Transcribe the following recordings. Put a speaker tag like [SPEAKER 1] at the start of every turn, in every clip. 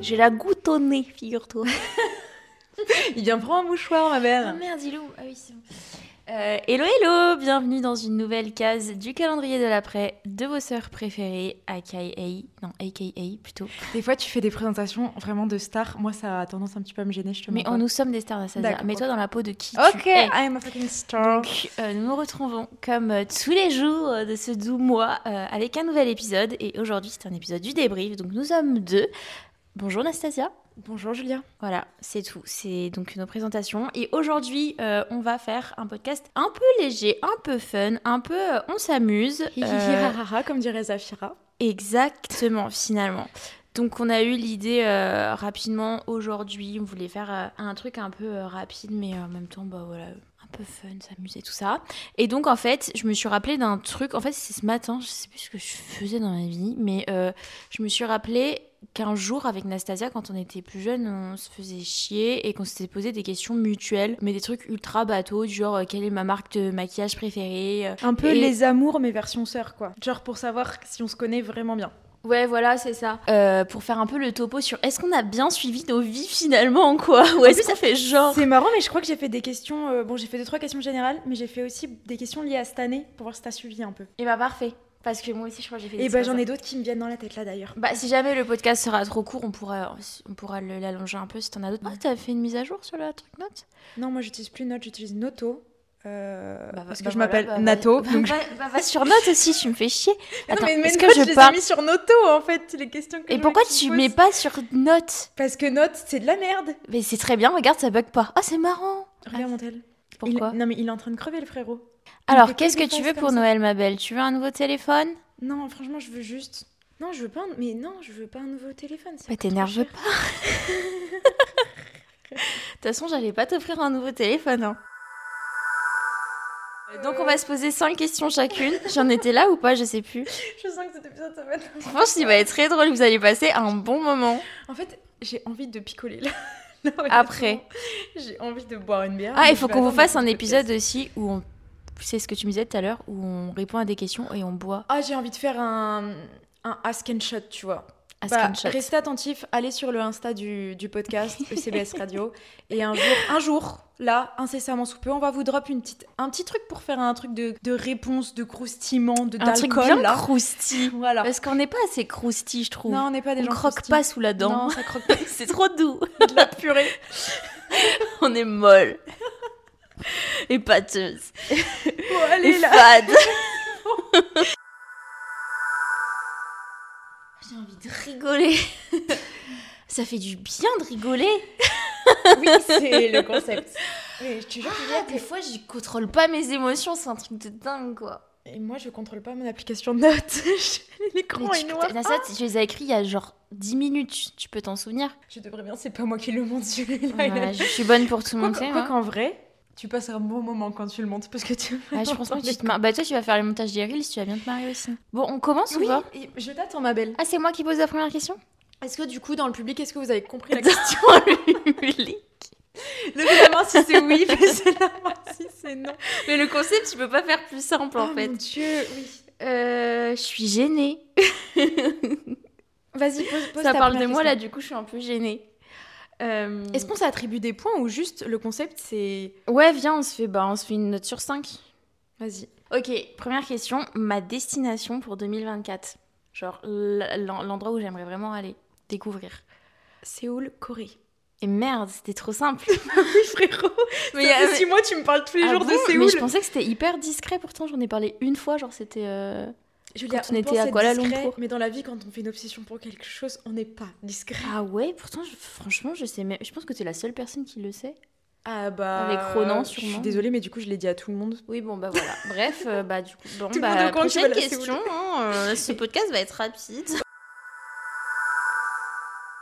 [SPEAKER 1] J'ai la goutte au nez, figure-toi.
[SPEAKER 2] Il vient prendre un mouchoir, ma
[SPEAKER 1] Ah
[SPEAKER 2] mère.
[SPEAKER 1] merde, il est où Ah oui, c'est bon. Euh, hello, hello Bienvenue dans une nouvelle case du calendrier de l'après de vos sœurs préférées, aka... Non, aka plutôt.
[SPEAKER 2] Des fois, tu fais des présentations vraiment de stars. Moi, ça a tendance un petit peu à me gêner, je te
[SPEAKER 1] Mais
[SPEAKER 2] mens
[SPEAKER 1] on
[SPEAKER 2] pas.
[SPEAKER 1] nous sommes des stars d'Assassin.
[SPEAKER 2] D'accord,
[SPEAKER 1] Mets-toi dans la peau de qui
[SPEAKER 2] Ok,
[SPEAKER 1] tu es.
[SPEAKER 2] I am a fucking star.
[SPEAKER 1] Donc, euh, nous nous retrouvons comme euh, tous les jours euh, de ce doux mois euh, avec un nouvel épisode. Et aujourd'hui, c'est un épisode du débrief. Donc, nous sommes deux. Bonjour Anastasia.
[SPEAKER 2] Bonjour, Julia.
[SPEAKER 1] Voilà, c'est tout. C'est donc nos présentations. Et aujourd'hui, euh, on va faire un podcast un peu léger, un peu fun, un peu euh, on s'amuse. Euh,
[SPEAKER 2] Hihihiharara, comme dirait Zafira.
[SPEAKER 1] Exactement, finalement. Donc on a eu l'idée euh, rapidement aujourd'hui, on voulait faire euh, un truc un peu euh, rapide, mais euh, en même temps, bah voilà, un peu fun, s'amuser, tout ça. Et donc en fait, je me suis rappelé d'un truc, en fait c'est ce matin, je sais plus ce que je faisais dans ma vie, mais euh, je me suis rappelé qu'un jour avec Nastasia, quand on était plus jeune, on se faisait chier et qu'on s'était posé des questions mutuelles, mais des trucs ultra bateaux, du genre euh, quelle est ma marque de maquillage préférée, euh,
[SPEAKER 2] Un peu
[SPEAKER 1] Et-
[SPEAKER 2] les amours, mais version sœur, quoi. Genre pour savoir si on se connaît vraiment bien.
[SPEAKER 1] Ouais, voilà, c'est ça. Euh, pour faire un peu le topo sur est-ce qu'on a bien suivi nos vies finalement, quoi Ou est-ce qu'on fait genre
[SPEAKER 2] C'est marrant, mais je crois que j'ai fait des questions. euh, bon, j'ai fait deux, trois questions générales, mais j'ai fait aussi des questions liées à cette année pour voir si t'as suivi un peu.
[SPEAKER 1] Et bah parfait. Parce que moi aussi, je crois que j'ai fait des
[SPEAKER 2] Et bah,
[SPEAKER 1] trucs
[SPEAKER 2] j'en
[SPEAKER 1] comme
[SPEAKER 2] ai d'autres qui me viennent dans la tête là d'ailleurs.
[SPEAKER 1] ça. Bah, si jamais le podcast sera trop court, on pourra, on pourra le- l'allonger un peu si t'en as d'autres. Ah, t'as fait une mise à jour sur la truc note
[SPEAKER 2] Non, moi j'utilise plus Note, j'utilise Noto. euh,
[SPEAKER 1] Bah, va-
[SPEAKER 2] parce que
[SPEAKER 1] bah,
[SPEAKER 2] je
[SPEAKER 1] voilà,
[SPEAKER 2] m'appelle
[SPEAKER 1] bah, va-
[SPEAKER 2] Nato.
[SPEAKER 1] Bah,
[SPEAKER 2] donc-
[SPEAKER 1] va, bah, va sur note aussi, tu me fais chier.
[SPEAKER 2] Non,
[SPEAKER 1] Attends,
[SPEAKER 2] mais mes
[SPEAKER 1] est-ce
[SPEAKER 2] notes,
[SPEAKER 1] que
[SPEAKER 2] je
[SPEAKER 1] je
[SPEAKER 2] les ai
[SPEAKER 1] parle
[SPEAKER 2] mis sur Noto en fait, les questions que
[SPEAKER 1] Et
[SPEAKER 2] je
[SPEAKER 1] pourquoi
[SPEAKER 2] me
[SPEAKER 1] tu
[SPEAKER 2] pose.
[SPEAKER 1] mets pas sur note
[SPEAKER 2] Parce que Note, c'est de la merde.
[SPEAKER 1] Mais c'est très bien, regarde, ça bug pas. Ah, c'est marrant
[SPEAKER 2] Regarde mon tel.
[SPEAKER 1] Pourquoi
[SPEAKER 2] Il- Non, mais il est en train de crever le frérot. il
[SPEAKER 1] Alors,
[SPEAKER 2] fait
[SPEAKER 1] qu'est-ce
[SPEAKER 2] que
[SPEAKER 1] que
[SPEAKER 2] des
[SPEAKER 1] tu
[SPEAKER 2] faces
[SPEAKER 1] veux pour
[SPEAKER 2] comme ça.
[SPEAKER 1] Noël, ma belle Tu veux un nouveau téléphone
[SPEAKER 2] Non, franchement, je veux juste. Non, je veux pas. Un... Mais non, je veux pas un nouveau téléphone. ça
[SPEAKER 1] Bah,
[SPEAKER 2] coûte trop
[SPEAKER 1] t'énerve
[SPEAKER 2] cher.
[SPEAKER 1] De toute façon, j'allais pas t'offrir un nouveau téléphone. hein. Euh, Donc on va se poser 5 questions chacune. J'en étais là ou pas, je sais plus.
[SPEAKER 2] Je sens que cet épisode ça va être.
[SPEAKER 1] Je pense qu'il va être très drôle, vous allez passer un bon moment.
[SPEAKER 2] En fait, j'ai envie de picoler là. Non, mais
[SPEAKER 1] Après.
[SPEAKER 2] honnêtement, J'ai envie de boire une bière.
[SPEAKER 1] Ah, il
[SPEAKER 2] donc
[SPEAKER 1] faut
[SPEAKER 2] je vais
[SPEAKER 1] qu'on vous
[SPEAKER 2] attendre
[SPEAKER 1] fasse un
[SPEAKER 2] le
[SPEAKER 1] épisode
[SPEAKER 2] podcast.
[SPEAKER 1] aussi où on... C'est ce que tu me disais tout à l'heure, où on répond à des questions et on boit
[SPEAKER 2] Ah, j'ai envie de faire un, un ask and shot, tu vois.
[SPEAKER 1] à
[SPEAKER 2] Bah,
[SPEAKER 1] screenshot.
[SPEAKER 2] Restez attentifs, allez sur le Insta du, du podcast E ECBS Radio. et un jour, un jour, là, incessamment sous peu, on va vous drop une petite, un petit truc pour faire un truc de, de réponse, de croustillement, de
[SPEAKER 1] Un truc
[SPEAKER 2] d'alcool.
[SPEAKER 1] bien
[SPEAKER 2] là.
[SPEAKER 1] crousti.
[SPEAKER 2] Voilà.
[SPEAKER 1] Parce qu'on n'est pas assez crousti, je trouve.
[SPEAKER 2] Non, on n'est pas des
[SPEAKER 1] on
[SPEAKER 2] gens
[SPEAKER 1] croque
[SPEAKER 2] croustillants.
[SPEAKER 1] pas sous la dent.
[SPEAKER 2] Non, ça croque pas.
[SPEAKER 1] C'est trop doux.
[SPEAKER 2] de la purée.
[SPEAKER 1] On est molle. Et pâteuse.
[SPEAKER 2] Bon,
[SPEAKER 1] Et
[SPEAKER 2] allez, là.
[SPEAKER 1] fade. J'ai envie de rigoler. Ça fait du bien de rigoler.
[SPEAKER 2] Oui, c'est le concept. Ah, Mais je te jure, Julia,
[SPEAKER 1] Des fois, je contrôle pas mes émotions, c'est un truc de dingue quoi.
[SPEAKER 2] t'es- Et moi, je contrôle pas mon application de notes. L'écran
[SPEAKER 1] Mais
[SPEAKER 2] est
[SPEAKER 1] tu-
[SPEAKER 2] noir.
[SPEAKER 1] Nassa, tu- je les ai écrits il y a genre 10 minutes, tu peux t'en souvenir.
[SPEAKER 2] Je devrais bien, c'est pas moi qui le monte, celui-là. il a-
[SPEAKER 1] Voilà, je suis bonne pour tout le
[SPEAKER 2] Quoi
[SPEAKER 1] monde. tu sais, hein.
[SPEAKER 2] qu'en
[SPEAKER 1] moi.
[SPEAKER 2] quoi qu'en vrai, tu passes un bon moment quand tu le montes parce que tu.
[SPEAKER 1] Ah, je pense pas que tu te marres. Bah, toi, tu vas faire les montages des reels, tu vas bien te marier aussi. Bon, on commence
[SPEAKER 2] Oui,
[SPEAKER 1] ou pas
[SPEAKER 2] et je t'attends, ma belle.
[SPEAKER 1] Ah, c'est moi qui pose la première question
[SPEAKER 2] Est-ce que du coup, dans le public, est-ce que vous avez compris la question
[SPEAKER 1] Question à lui.
[SPEAKER 2] Levez la main si c'est oui, baissez la main si c'est non.
[SPEAKER 1] Mais le concept, tu peux pas faire plus simple en
[SPEAKER 2] Oh,
[SPEAKER 1] fait.
[SPEAKER 2] mon dieu, oui.
[SPEAKER 1] Euh, je suis gênée.
[SPEAKER 2] Vas-y, pose, pose
[SPEAKER 1] Ça
[SPEAKER 2] ta
[SPEAKER 1] parle de
[SPEAKER 2] première
[SPEAKER 1] moi là,
[SPEAKER 2] question.
[SPEAKER 1] du coup, je suis un peu gênée. Euh,
[SPEAKER 2] Est-ce qu'on s'attribue des points ou juste le concept c'est.
[SPEAKER 1] Ouais, viens, on se fait, bah, on se fait une note sur 5.
[SPEAKER 2] Vas-y.
[SPEAKER 1] Ok, première question, ma destination pour 2024. Genre l- l'en- l'endroit où j'aimerais vraiment aller, découvrir.
[SPEAKER 2] Séoul, Corée.
[SPEAKER 1] Et merde, c'était trop simple.
[SPEAKER 2] Oui, frérot.
[SPEAKER 1] y a-
[SPEAKER 2] si moi, tu me parles tous les
[SPEAKER 1] Ah
[SPEAKER 2] jours de
[SPEAKER 1] bon
[SPEAKER 2] Séoul.
[SPEAKER 1] Mais je pensais que c'était hyper discret, pourtant j'en ai parlé une fois, genre c'était... euh,
[SPEAKER 2] Julia,
[SPEAKER 1] quand on était
[SPEAKER 2] pense
[SPEAKER 1] à
[SPEAKER 2] être
[SPEAKER 1] Kuala
[SPEAKER 2] discret,
[SPEAKER 1] Lumpur.
[SPEAKER 2] Mais dans la vie, quand on fait une obsession pour quelque chose, on n'est pas discret.
[SPEAKER 1] Ah ouais, pourtant je- franchement je sais même... Je pense que t'es la seule personne qui le sait.
[SPEAKER 2] Ah bah.
[SPEAKER 1] Avec Ronan,
[SPEAKER 2] Je suis
[SPEAKER 1] sûrement.
[SPEAKER 2] désolée, mais du coup, je l'ai dit à tout le monde.
[SPEAKER 1] Oui, bon, bah voilà. Bref, euh, bah du coup, bon,
[SPEAKER 2] Tout le
[SPEAKER 1] bah,
[SPEAKER 2] monde au courant que tu
[SPEAKER 1] prochaine
[SPEAKER 2] vas la Séoul.
[SPEAKER 1] question. hein, euh, ce podcast va être rapide.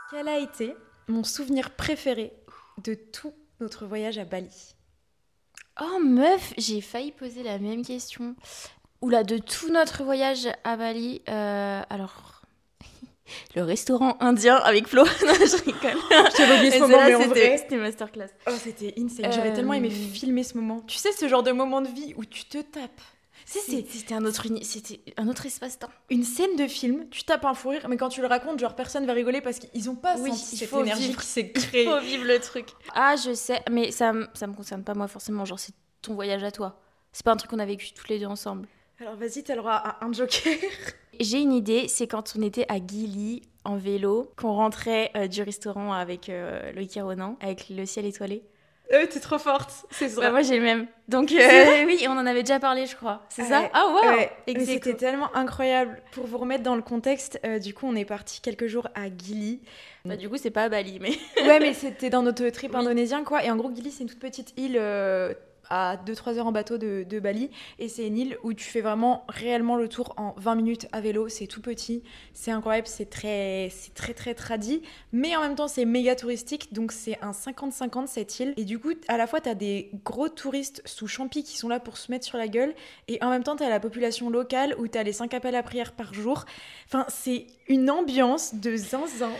[SPEAKER 2] Quel a été mon souvenir préféré de tout notre voyage à Bali
[SPEAKER 1] Oh meuf, j'ai failli poser la même question. Oula, de tout notre voyage à Bali, euh, alors... Le restaurant indien avec Flo. non, je rigole.
[SPEAKER 2] J'avais
[SPEAKER 1] Mais
[SPEAKER 2] oublié ce moment,
[SPEAKER 1] celle-là,
[SPEAKER 2] mais en
[SPEAKER 1] c'était-
[SPEAKER 2] vrai.
[SPEAKER 1] C'était masterclass.
[SPEAKER 2] Oh, c'était insane. J'aurais
[SPEAKER 1] Euh,
[SPEAKER 2] tellement aimé filmer ce moment. Tu sais, ce genre de moment de vie où tu te tapes. Si, c'est
[SPEAKER 1] C'était un autre, uni- c'était un autre espace-temps.
[SPEAKER 2] une scène de film, tu tapes un fou rire, mais quand tu le racontes, genre personne va rigoler parce qu'ils ont pas
[SPEAKER 1] Oui,
[SPEAKER 2] senti
[SPEAKER 1] il
[SPEAKER 2] cette
[SPEAKER 1] faut
[SPEAKER 2] énergie
[SPEAKER 1] vivre.
[SPEAKER 2] qui s'est créée.
[SPEAKER 1] Faut vivre le truc. Ah, je sais, mais ça, m- ça me concerne pas moi forcément. Genre, c'est ton voyage à toi. C'est pas un truc qu'on a vécu toutes les deux ensemble.
[SPEAKER 2] Alors vas-y, t'as le droit à un joker.
[SPEAKER 1] J'ai une idée, c'est quand on était à Gilly en vélo, qu'on rentrait euh, du restaurant avec euh, Loïc Ronan, avec le ciel étoilé.
[SPEAKER 2] Euh, t'es trop forte, c'est
[SPEAKER 1] Bah,
[SPEAKER 2] vrai.
[SPEAKER 1] moi j'ai le même. Donc euh,
[SPEAKER 2] C'est
[SPEAKER 1] oui, on en avait déjà parlé, je crois. C'est
[SPEAKER 2] Ouais.
[SPEAKER 1] ça Ah waouh
[SPEAKER 2] Ouais, mais
[SPEAKER 1] ex aequo.
[SPEAKER 2] c'était tellement incroyable. Pour vous remettre dans le contexte, euh, du coup, on est parti quelques jours à Gili.
[SPEAKER 1] Bah, Du coup, c'est pas à Bali, mais.
[SPEAKER 2] Ouais, mais c'était dans notre trip
[SPEAKER 1] Oui.
[SPEAKER 2] indonésien, quoi. Et en gros, Gili, c'est une toute petite île euh, à 2-3 heures en bateau de, de Bali. Et c'est une île où tu fais vraiment réellement le tour en 20 minutes à vélo. C'est tout petit, c'est incroyable, c'est très, c'est très, très tradit. Mais en même temps, c'est méga touristique. Donc, c'est un 50-50 cette île. Et du coup, à la fois, t'as des gros touristes sous champi qui sont là pour se mettre sur la gueule. Et en même temps, t'as la population locale où t'as les 5 appels à prière par jour. Enfin, c'est une ambiance de zinzin.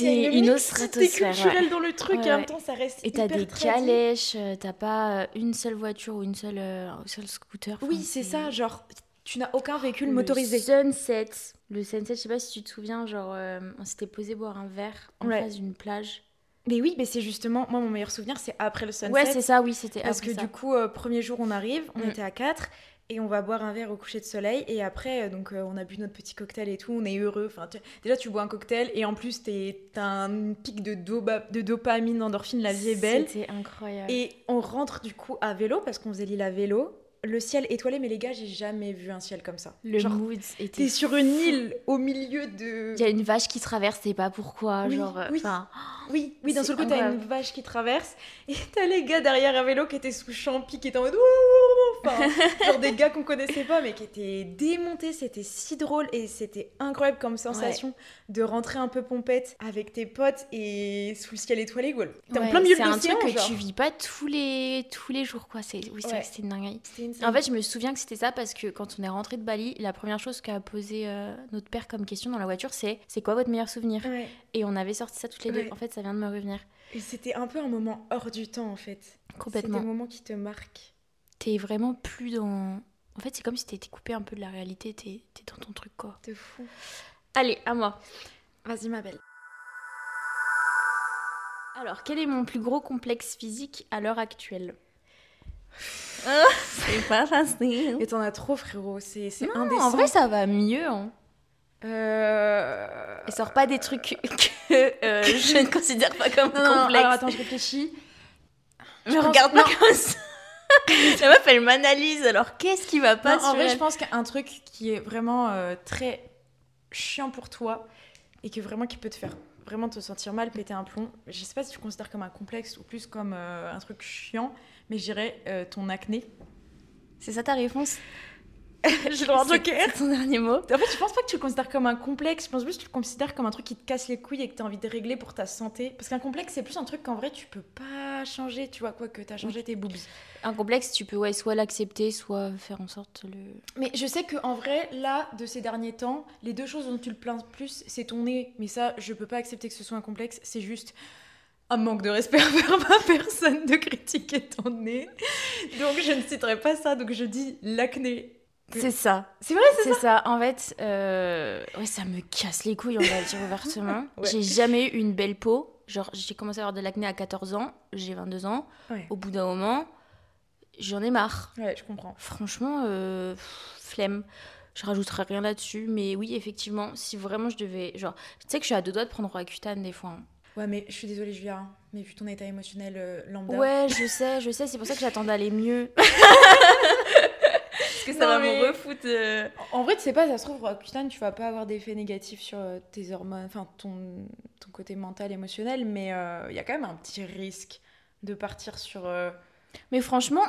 [SPEAKER 2] Il y a
[SPEAKER 1] C'est une autre stratosphère. ouais.
[SPEAKER 2] culturelle dans le truc
[SPEAKER 1] Ouais,
[SPEAKER 2] et en
[SPEAKER 1] ouais.
[SPEAKER 2] même temps ça reste.
[SPEAKER 1] Et t'as
[SPEAKER 2] hyper
[SPEAKER 1] des
[SPEAKER 2] tradit.
[SPEAKER 1] calèches, euh, t'as pas euh, une seule voiture ou une seule, euh, un seul scooter. enfin,
[SPEAKER 2] Oui, c'est ça, genre tu n'as aucun véhicule
[SPEAKER 1] Le
[SPEAKER 2] motorisé.
[SPEAKER 1] sunset. Le sunset, je sais pas si tu te souviens, genre, euh, on s'était posé boire un verre en
[SPEAKER 2] Ouais.
[SPEAKER 1] face d'une plage.
[SPEAKER 2] Mais oui, mais c'est justement moi mon meilleur souvenir c'est après le sunset.
[SPEAKER 1] Ouais, c'est ça, oui, c'était
[SPEAKER 2] parce que
[SPEAKER 1] après ça.
[SPEAKER 2] du coup euh, premier jour on arrive, on
[SPEAKER 1] Mm.
[SPEAKER 2] était à 4 et on va boire un verre au coucher de soleil et après euh, donc euh, on a bu notre petit cocktail et tout, on est heureux. Enfin tu- déjà tu bois un cocktail et en plus t'es- t'as un pic de, doba- de dopamine, d'endorphine, la vie est belle.
[SPEAKER 1] C'était incroyable.
[SPEAKER 2] Et on rentre du coup à vélo parce qu'on faisait l'île à vélo. Le ciel étoilé, mais les gars, j'ai jamais vu un ciel comme ça.
[SPEAKER 1] le
[SPEAKER 2] Genre,
[SPEAKER 1] mood
[SPEAKER 2] T'es
[SPEAKER 1] était.
[SPEAKER 2] sur une île au milieu de.
[SPEAKER 1] Il y a une vache qui traverse, c'est pas pourquoi,
[SPEAKER 2] Oui,
[SPEAKER 1] genre. euh,
[SPEAKER 2] oui.
[SPEAKER 1] Enfin,
[SPEAKER 2] Oui, oui, d'un
[SPEAKER 1] C'est
[SPEAKER 2] seul coup, t'as une
[SPEAKER 1] incroyable.
[SPEAKER 2] vache qui traverse et t'as les gars derrière à vélo qui étaient sous champi, qui étaient en mode. Ouh Enfin, genre des gars qu'on connaissait pas, mais qui étaient démontés. C'était si drôle et c'était incroyable comme sensation de rentrer un peu pompette avec tes potes et sous le ciel étoilé. quoi. T'es en
[SPEAKER 1] ouais,
[SPEAKER 2] plein milieu de
[SPEAKER 1] C'est un
[SPEAKER 2] l'océan,
[SPEAKER 1] truc que
[SPEAKER 2] genre.
[SPEAKER 1] tu vis pas tous les, tous les jours, quoi. C'est- Oui, c'est
[SPEAKER 2] Ouais.
[SPEAKER 1] vrai que c'était une dinguerie.
[SPEAKER 2] C'était une
[SPEAKER 1] En fait, je me souviens que c'était ça parce que quand on est rentré de Bali, la première chose qu'a posé euh, notre père comme question dans la voiture, c'est c'est quoi votre meilleur souvenir
[SPEAKER 2] Ouais.
[SPEAKER 1] Et on avait sorti ça toutes les
[SPEAKER 2] Ouais.
[SPEAKER 1] deux. En fait, ça vient de me revenir
[SPEAKER 2] Et c'était un peu un moment hors du temps en fait. C'est
[SPEAKER 1] complètement.
[SPEAKER 2] des moments qui te marquent.
[SPEAKER 1] T'es vraiment plus dans. En fait, c'est comme si t'étais coupé un peu de la réalité, t'es t'es dans ton truc, quoi.
[SPEAKER 2] De fou.
[SPEAKER 1] Allez, à moi.
[SPEAKER 2] Vas-y ma belle.
[SPEAKER 1] Alors, quel est mon plus gros complexe physique à l'heure actuelle C'est pas facile.
[SPEAKER 2] Et t'en as trop frérot, c'est c'est
[SPEAKER 1] Non,
[SPEAKER 2] indécent.
[SPEAKER 1] en vrai, ça va mieux. Hein.
[SPEAKER 2] Euh,
[SPEAKER 1] Et sort pas des trucs que euh, je ne considère pas comme
[SPEAKER 2] non, non, non,
[SPEAKER 1] complexes.
[SPEAKER 2] alors attends, je réfléchis.
[SPEAKER 1] me
[SPEAKER 2] pense-
[SPEAKER 1] regarde pas comme ça. La meuf, elle m'analyse. Alors, qu'est-ce qui va pas
[SPEAKER 2] Non, en
[SPEAKER 1] sur
[SPEAKER 2] vrai,
[SPEAKER 1] elle
[SPEAKER 2] je pense qu'un truc qui est vraiment euh, très chiant pour toi et que vraiment qui peut te faire vraiment te sentir mal, péter un plomb. Je sais pas si tu considères comme un complexe ou plus comme euh, un truc chiant, mais je dirais euh, ton acné.
[SPEAKER 1] C'est ça ta réponse
[SPEAKER 2] J'ai le droit de
[SPEAKER 1] C'est-
[SPEAKER 2] joker.
[SPEAKER 1] c'est ton dernier mot
[SPEAKER 2] En fait, je pense pas que tu le considères comme un complexe. Je pense plus que tu le considères comme un truc qui te casse les couilles et que tu as envie de régler pour ta santé. Parce qu'un complexe, c'est plus un truc qu'en vrai, tu peux pas changer. Tu vois, quoi que tu as changé tes boobies.
[SPEAKER 1] Un complexe, tu peux ouais, soit l'accepter, soit faire en sorte le.
[SPEAKER 2] Mais je sais qu'en vrai, là, de ces derniers temps, les deux choses dont tu le plains plus, c'est ton nez. Mais ça, je peux pas accepter que ce soit un complexe. C'est juste un manque de respect envers ma personne de critiquer ton nez. Donc, je ne citerai pas ça. Donc, je dis l'acné.
[SPEAKER 1] C'est ça.
[SPEAKER 2] C'est vrai,
[SPEAKER 1] C'est ça. En fait, euh, ouais, ça me casse les couilles, on va le dire ouvertement.
[SPEAKER 2] Ouais.
[SPEAKER 1] J'ai jamais eu une belle peau. Genre, j'ai commencé à avoir de l'acné à 14 ans, j'ai 22 ans.
[SPEAKER 2] Ouais.
[SPEAKER 1] Au bout d'un moment, j'en ai marre.
[SPEAKER 2] Ouais, je comprends.
[SPEAKER 1] Franchement, euh, pff, flemme. Je rajouterai rien là-dessus, mais oui, effectivement, si vraiment je devais. Genre, tu sais que je suis à deux doigts de prendre Roaccutane des fois. hein.
[SPEAKER 2] Ouais, mais je suis désolée, Julia. hein. Mais vu ton état émotionnel euh, lambda.
[SPEAKER 1] Ouais, je sais, je sais, c'est pour ça que j'attends d'aller mieux. Parce que ça
[SPEAKER 2] Non,
[SPEAKER 1] va
[SPEAKER 2] mais-
[SPEAKER 1] me refoutre. euh,
[SPEAKER 2] En vrai, tu sais pas, ça se trouve, Roaccutane, tu vas pas avoir d'effet négatif sur euh, tes hormones, enfin ton, ton côté mental, émotionnel, mais il y a quand même un petit risque de partir sur. euh,
[SPEAKER 1] Mais franchement,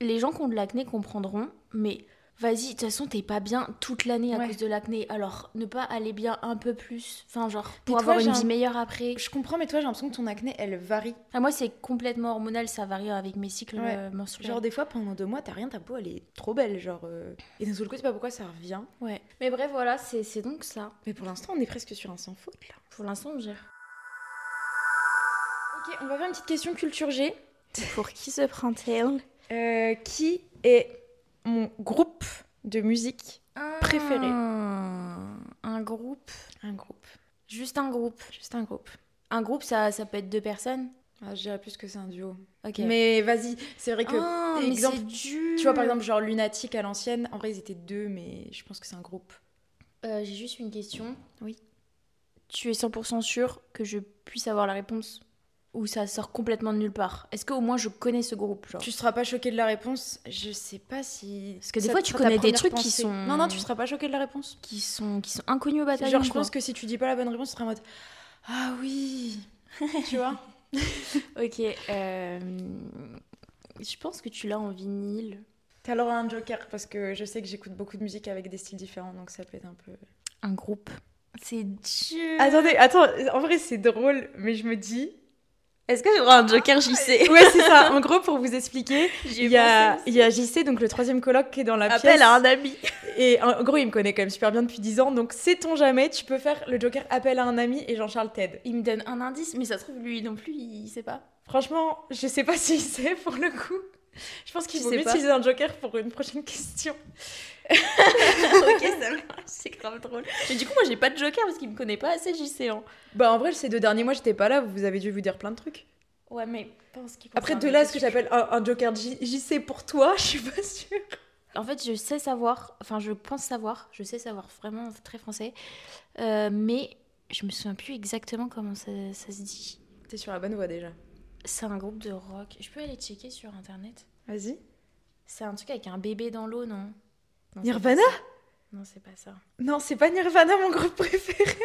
[SPEAKER 1] les gens qui ont de l'acné comprendront, mais vas-y, de toute façon, t'es pas bien toute l'année à
[SPEAKER 2] Ouais.
[SPEAKER 1] cause de l'acné, alors ne pas aller bien un peu plus, enfin genre, pour
[SPEAKER 2] toi,
[SPEAKER 1] avoir
[SPEAKER 2] j'ai
[SPEAKER 1] une
[SPEAKER 2] un-
[SPEAKER 1] vie meilleure après.
[SPEAKER 2] Je comprends, mais toi, j'ai l'impression que ton acné, elle varie.
[SPEAKER 1] Ah, moi, c'est complètement hormonal, ça varie avec mes cycles
[SPEAKER 2] Ouais.
[SPEAKER 1] euh, menstruels.
[SPEAKER 2] Genre, des fois, pendant deux mois, t'as rien, ta peau, elle est trop belle, genre. euh, Et d'un seul coup, tu sais pas pourquoi ça revient.
[SPEAKER 1] Ouais. Mais bref, voilà, c'est c'est donc ça.
[SPEAKER 2] Mais pour l'instant, on est presque sur un sans faute, là.
[SPEAKER 1] Pour l'instant, on gère.
[SPEAKER 2] Ok, on va faire une petite question culture G.
[SPEAKER 1] pour qui se prend-elle
[SPEAKER 2] Euh, qui est mon groupe de musique préféré
[SPEAKER 1] Un groupe.
[SPEAKER 2] Un groupe.
[SPEAKER 1] Juste un groupe. Juste un groupe. Un groupe, ça, ça peut être deux personnes.
[SPEAKER 2] Ah, je dirais plus que c'est un duo.
[SPEAKER 1] Ok.
[SPEAKER 2] Mais vas-y, c'est vrai que.
[SPEAKER 1] Ah, mais
[SPEAKER 2] exemple,
[SPEAKER 1] c'est dur.
[SPEAKER 2] Tu vois, par exemple, genre Lunatic à l'ancienne, en vrai, ils étaient deux, mais je pense que c'est un groupe.
[SPEAKER 1] Euh, j'ai juste une question.
[SPEAKER 2] Oui.
[SPEAKER 1] Tu es 100% sûr que je puisse avoir la réponse ou ça sort complètement de nulle part Est-ce qu'au moins je connais ce groupe genre
[SPEAKER 2] Tu seras pas choqué de la réponse Je sais pas si.
[SPEAKER 1] Parce que des
[SPEAKER 2] ça
[SPEAKER 1] fois,
[SPEAKER 2] te
[SPEAKER 1] tu
[SPEAKER 2] fera ta
[SPEAKER 1] connais des
[SPEAKER 2] première
[SPEAKER 1] trucs qui
[SPEAKER 2] pensée.
[SPEAKER 1] sont-
[SPEAKER 2] Non, non, tu seras pas choqué de la réponse.
[SPEAKER 1] qui sont qui sont inconnus au bataillon
[SPEAKER 2] Genre, je
[SPEAKER 1] quoi.
[SPEAKER 2] pense que si tu dis pas la bonne réponse, tu seras en mode Ah oui Tu vois
[SPEAKER 1] Ok. euh, Je pense que tu l'as en vinyle.
[SPEAKER 2] T'as alors un joker parce que je sais que j'écoute beaucoup de musique avec des styles différents, donc ça peut être un peu.
[SPEAKER 1] Un groupe. C'est dur.
[SPEAKER 2] Attendez, attends, en vrai, c'est drôle, mais je me dis.
[SPEAKER 1] Est-ce que j'ai le droit à un joker j'y sais
[SPEAKER 2] Ouais, c'est ça. En gros, pour vous expliquer,
[SPEAKER 1] J'y ai
[SPEAKER 2] il y, a,
[SPEAKER 1] pensé aussi.
[SPEAKER 2] il y a JC, donc le troisième colloque qui est dans la pièce.
[SPEAKER 1] Appel à un ami.
[SPEAKER 2] Et en gros, il me connaît quand même super bien depuis 10 ans, donc sait-on jamais, tu peux faire le Joker appel à un ami et Jean-Charles Ted.
[SPEAKER 1] Il me donne un indice, mais ça se trouve lui non plus, il sait pas.
[SPEAKER 2] Franchement, je sais pas s'il sait pour le coup. Je pense qu'il
[SPEAKER 1] Je
[SPEAKER 2] vaut
[SPEAKER 1] sais
[SPEAKER 2] mieux
[SPEAKER 1] pas.
[SPEAKER 2] utiliser un Joker pour une prochaine question.
[SPEAKER 1] ok, ça marche, c'est grave drôle. Mais du coup, moi j'ai pas de joker parce qu'il me connaît pas assez, j'y sais. hein.
[SPEAKER 2] Bah, en vrai, ces deux derniers mois, j'étais pas là, vous avez dû vous dire plein de trucs.
[SPEAKER 1] Ouais, mais pense qu'il
[SPEAKER 2] Après,
[SPEAKER 1] concerne
[SPEAKER 2] de
[SPEAKER 1] les
[SPEAKER 2] là, ce que
[SPEAKER 1] questions.
[SPEAKER 2] j'appelle un, un Joker J- JC pour toi, je suis pas sûre.
[SPEAKER 1] En fait, je sais savoir, enfin, je pense savoir, je sais savoir vraiment c'est très français, Euh, mais je me souviens plus exactement comment ça, ça se dit.
[SPEAKER 2] T'es sur la bonne voie déjà.
[SPEAKER 1] C'est un groupe de rock. Je peux aller checker sur internet
[SPEAKER 2] Vas-y.
[SPEAKER 1] C'est un truc avec un bébé dans l'eau, non, Non, c'est pas
[SPEAKER 2] Nirvana
[SPEAKER 1] ça. Non, c'est pas ça.
[SPEAKER 2] Non, c'est pas Nirvana, mon groupe préféré.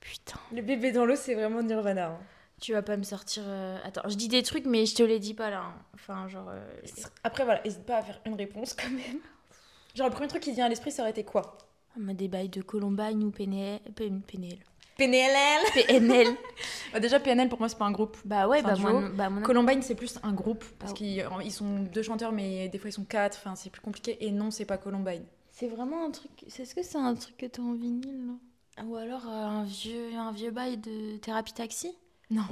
[SPEAKER 1] Putain.
[SPEAKER 2] Le bébé dans l'eau, c'est vraiment Nirvana. hein.
[SPEAKER 1] Tu vas pas me sortir. euh, Attends, je dis des trucs, mais je te les dis pas là. hein. Enfin, genre. euh,
[SPEAKER 2] Après, voilà, hésite pas à faire une réponse quand même. Genre, le premier truc qui vient à l'esprit, ça aurait été quoi
[SPEAKER 1] on m'a des bails de Columbine ou PNL. PNL.
[SPEAKER 2] PNLL
[SPEAKER 1] PNL.
[SPEAKER 2] Bah, Déjà, PNL, pour moi, c'est pas un groupe.
[SPEAKER 1] bah ouais,
[SPEAKER 2] C'est un
[SPEAKER 1] bah, moi,
[SPEAKER 2] duo.
[SPEAKER 1] non- bah mon
[SPEAKER 2] Columbine, c'est plus un groupe, parce
[SPEAKER 1] Ah
[SPEAKER 2] qu'ils en- ils sont deux chanteurs, mais des fois, ils sont quatre, enfin, c'est plus compliqué. Et non, c'est pas Columbine.
[SPEAKER 1] C'est vraiment un truc. C'est ce que c'est un truc que t'as en vinyle là Ou alors euh, un vieux un vieux bail de thérapie taxi
[SPEAKER 2] Non.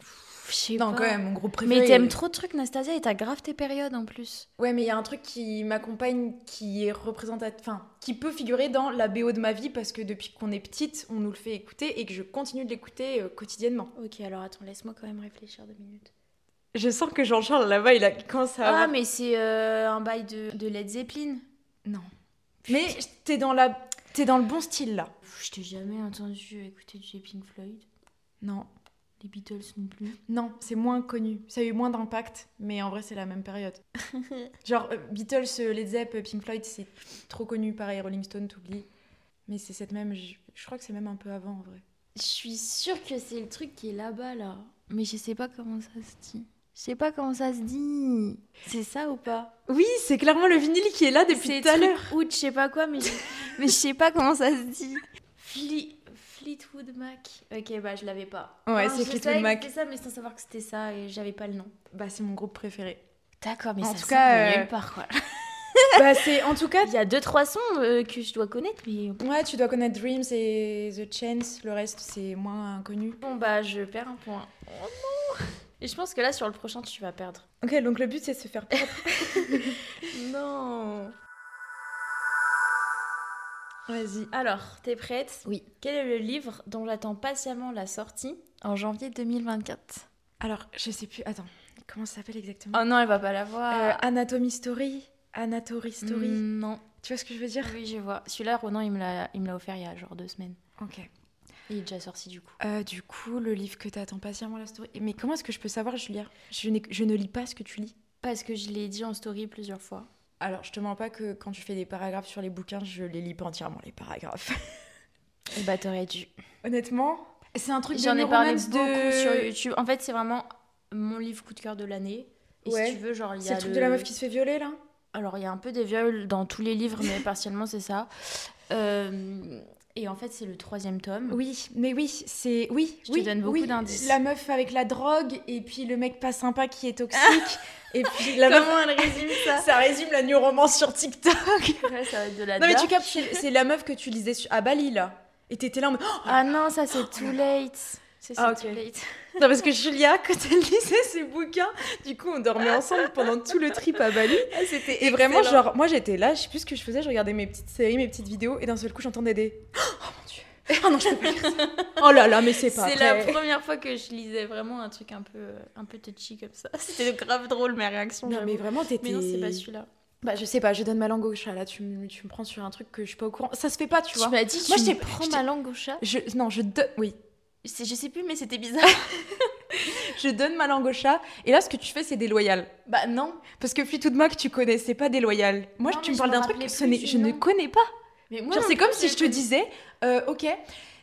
[SPEAKER 1] Pff, Je sais
[SPEAKER 2] Non,
[SPEAKER 1] pas.
[SPEAKER 2] quand même, mon groupe préféré. euh,
[SPEAKER 1] Mais t'aimes trop de trucs Nastasia et t'as grave tes périodes en plus.
[SPEAKER 2] Ouais, mais il y a un truc qui m'accompagne, qui est représentatif, enfin, qui peut figurer dans la BO de ma vie, parce que depuis qu'on est petite, on nous le fait écouter, et que je continue de l'écouter euh, quotidiennement.
[SPEAKER 1] Ok alors attends laisse-moi quand même réfléchir deux minutes.
[SPEAKER 2] Je sens que Jean-Charles, là-bas, il a commencé à
[SPEAKER 1] Ah, mais c'est euh, un bail de, de Led Zeppelin.
[SPEAKER 2] Non. Mais t'es dans, la... t'es dans le bon style, là.
[SPEAKER 1] Pff, Je t'ai jamais entendu écouter du Pink Floyd,
[SPEAKER 2] Non.
[SPEAKER 1] les Beatles non plus.
[SPEAKER 2] Non, c'est moins connu. Ça a eu moins d'impact, mais en vrai, c'est la même période. Genre, euh, Beatles, euh, Led Zepp, euh, Pink Floyd, c'est trop connu. Pareil, Rolling Stone, t'oublies. Mais c'est cette même. Je, je crois que c'est même un peu avant, en vrai.
[SPEAKER 1] Je suis sûre que c'est le truc qui est là-bas là, mais je sais pas comment ça se dit. Je sais pas comment ça se dit. C'est ça ou pas
[SPEAKER 2] Oui, c'est clairement le vinyle qui est là
[SPEAKER 1] C'est ou je sais pas quoi, mais je, mais je sais pas comment ça se dit. Fli- Fleetwood Mac. Ok, bah je l'avais pas.
[SPEAKER 2] Ouais,
[SPEAKER 1] Enfin, je
[SPEAKER 2] c'est Fleetwood
[SPEAKER 1] savais que
[SPEAKER 2] Mac.
[SPEAKER 1] C'était ça, mais sans savoir que c'était ça et j'avais pas le nom.
[SPEAKER 2] Bah, c'est mon groupe préféré.
[SPEAKER 1] D'accord, mais ça
[SPEAKER 2] En tout
[SPEAKER 1] sort
[SPEAKER 2] cas,
[SPEAKER 1] de
[SPEAKER 2] euh,
[SPEAKER 1] nulle part quoi.
[SPEAKER 2] bah, c'est en tout cas.
[SPEAKER 1] Il y a deux trois sons euh, que je dois connaître, mais
[SPEAKER 2] Ouais, tu dois connaître Dreams et The Chance. Le reste, c'est moins connu.
[SPEAKER 1] bon bah je perds un point. Oh non Et je pense que là sur le prochain tu vas perdre.
[SPEAKER 2] Ok, donc le but, c'est de se faire propre.
[SPEAKER 1] Non.
[SPEAKER 2] Vas-y.
[SPEAKER 1] Alors, t'es prête
[SPEAKER 2] Oui.
[SPEAKER 1] Quel est le livre dont j'attends patiemment la sortie en janvier 2024
[SPEAKER 2] Alors, je sais plus. Attends, comment ça s'appelle exactement
[SPEAKER 1] Oh non, elle va pas l'avoir.
[SPEAKER 2] Euh, Anatomy Story. Anatory Story.
[SPEAKER 1] Mm, non.
[SPEAKER 2] Tu vois ce que je veux dire
[SPEAKER 1] Oui, je vois. Celui-là, Ronan, il me l'a, il me l'a offert il y a genre deux semaines.
[SPEAKER 2] Ok.
[SPEAKER 1] Il est déjà sorti du coup.
[SPEAKER 2] Euh, du coup, le livre que t'attends patiemment, la story. Mais comment est-ce que je peux savoir, Julia je, n'ai- je ne lis pas ce que tu lis.
[SPEAKER 1] Parce que je l'ai dit en story plusieurs fois.
[SPEAKER 2] Alors, je te mens pas que quand tu fais des paragraphes sur les bouquins, je les lis pas entièrement, les paragraphes.
[SPEAKER 1] Et bah, t'aurais dû.
[SPEAKER 2] Honnêtement, c'est un truc de
[SPEAKER 1] J'en ai parlé
[SPEAKER 2] neuromance
[SPEAKER 1] beaucoup
[SPEAKER 2] de...
[SPEAKER 1] sur YouTube. En fait, c'est vraiment mon livre coup de cœur de l'année. Et
[SPEAKER 2] Ouais.
[SPEAKER 1] si tu veux, genre, il y a.
[SPEAKER 2] C'est le truc de la meuf qui se fait violer, là
[SPEAKER 1] Alors, il y a un peu des viols dans tous les livres, mais partiellement, c'est ça. Euh, Et en fait, c'est le troisième tome.
[SPEAKER 2] Oui, mais oui, c'est... Oui,
[SPEAKER 1] Hmm. Je te
[SPEAKER 2] oui,
[SPEAKER 1] donne beaucoup
[SPEAKER 2] oui.
[SPEAKER 1] d'indices.
[SPEAKER 2] La meuf avec la drogue, et puis le mec pas sympa qui est toxique, et puis la meuf...
[SPEAKER 1] Comment elle résume ça
[SPEAKER 2] Ça résume la new romance sur TikTok
[SPEAKER 1] Ouais, Ça va être de la
[SPEAKER 2] Non mais
[SPEAKER 1] dark.
[SPEAKER 2] tu captes, c'est c'est la meuf que tu lisais su- à Bali là. Et t'étais là en mode...
[SPEAKER 1] Ah non, ça, c'est too late. C'est
[SPEAKER 2] Ah,
[SPEAKER 1] ça,
[SPEAKER 2] ok. Non, parce que Julia, quand elle lisait ses bouquins, du coup, on dormait ensemble pendant tout le trip à Bali.
[SPEAKER 1] Ah, C'était
[SPEAKER 2] Et vraiment,
[SPEAKER 1] excellent.
[SPEAKER 2] genre, moi j'étais là, je sais plus ce que je faisais, je regardais mes petites séries, mes petites vidéos, et d'un seul coup, j'entendais des. Oh mon dieu! Oh non, je peux pas lire ça! Oh là là, mais c'est pas
[SPEAKER 1] C'est la
[SPEAKER 2] vrai.
[SPEAKER 1] première fois que je lisais vraiment un truc un peu, un peu touchy comme ça. C'était grave drôle mes réactions.
[SPEAKER 2] Non, mais
[SPEAKER 1] j'avoue.
[SPEAKER 2] vraiment, t'étais.
[SPEAKER 1] mais non, c'est pas celui-là.
[SPEAKER 2] Bah, je sais pas, je donne ma langue gauche. Là, tu me, tu me prends sur un truc que je suis pas au courant. Ça se fait pas, tu
[SPEAKER 1] Tu
[SPEAKER 2] vois.
[SPEAKER 1] m'as dit,
[SPEAKER 2] Moi,
[SPEAKER 1] tu
[SPEAKER 2] je
[SPEAKER 1] me
[SPEAKER 2] t'ai-
[SPEAKER 1] prends
[SPEAKER 2] je
[SPEAKER 1] ma langue au chat.
[SPEAKER 2] Je, non, je donne. Oui.
[SPEAKER 1] C'est- Je sais plus, mais c'était bizarre.
[SPEAKER 2] Je donne ma langue au chat. Et là, ce que tu fais, c'est déloyal.
[SPEAKER 1] bah non.
[SPEAKER 2] Parce que Fleetwood Mac, tu connais, c'est pas déloyal. Moi,
[SPEAKER 1] Non,
[SPEAKER 2] tu
[SPEAKER 1] mais
[SPEAKER 2] me
[SPEAKER 1] je
[SPEAKER 2] parles
[SPEAKER 1] me
[SPEAKER 2] d'un truc que
[SPEAKER 1] rappelais
[SPEAKER 2] ce
[SPEAKER 1] plus
[SPEAKER 2] n'est-
[SPEAKER 1] du
[SPEAKER 2] je ne
[SPEAKER 1] nom.
[SPEAKER 2] connais pas.
[SPEAKER 1] Mais moi,
[SPEAKER 2] Genre,
[SPEAKER 1] non
[SPEAKER 2] c'est comme
[SPEAKER 1] plus,
[SPEAKER 2] si je te
[SPEAKER 1] j'ai-
[SPEAKER 2] disais, euh, ok,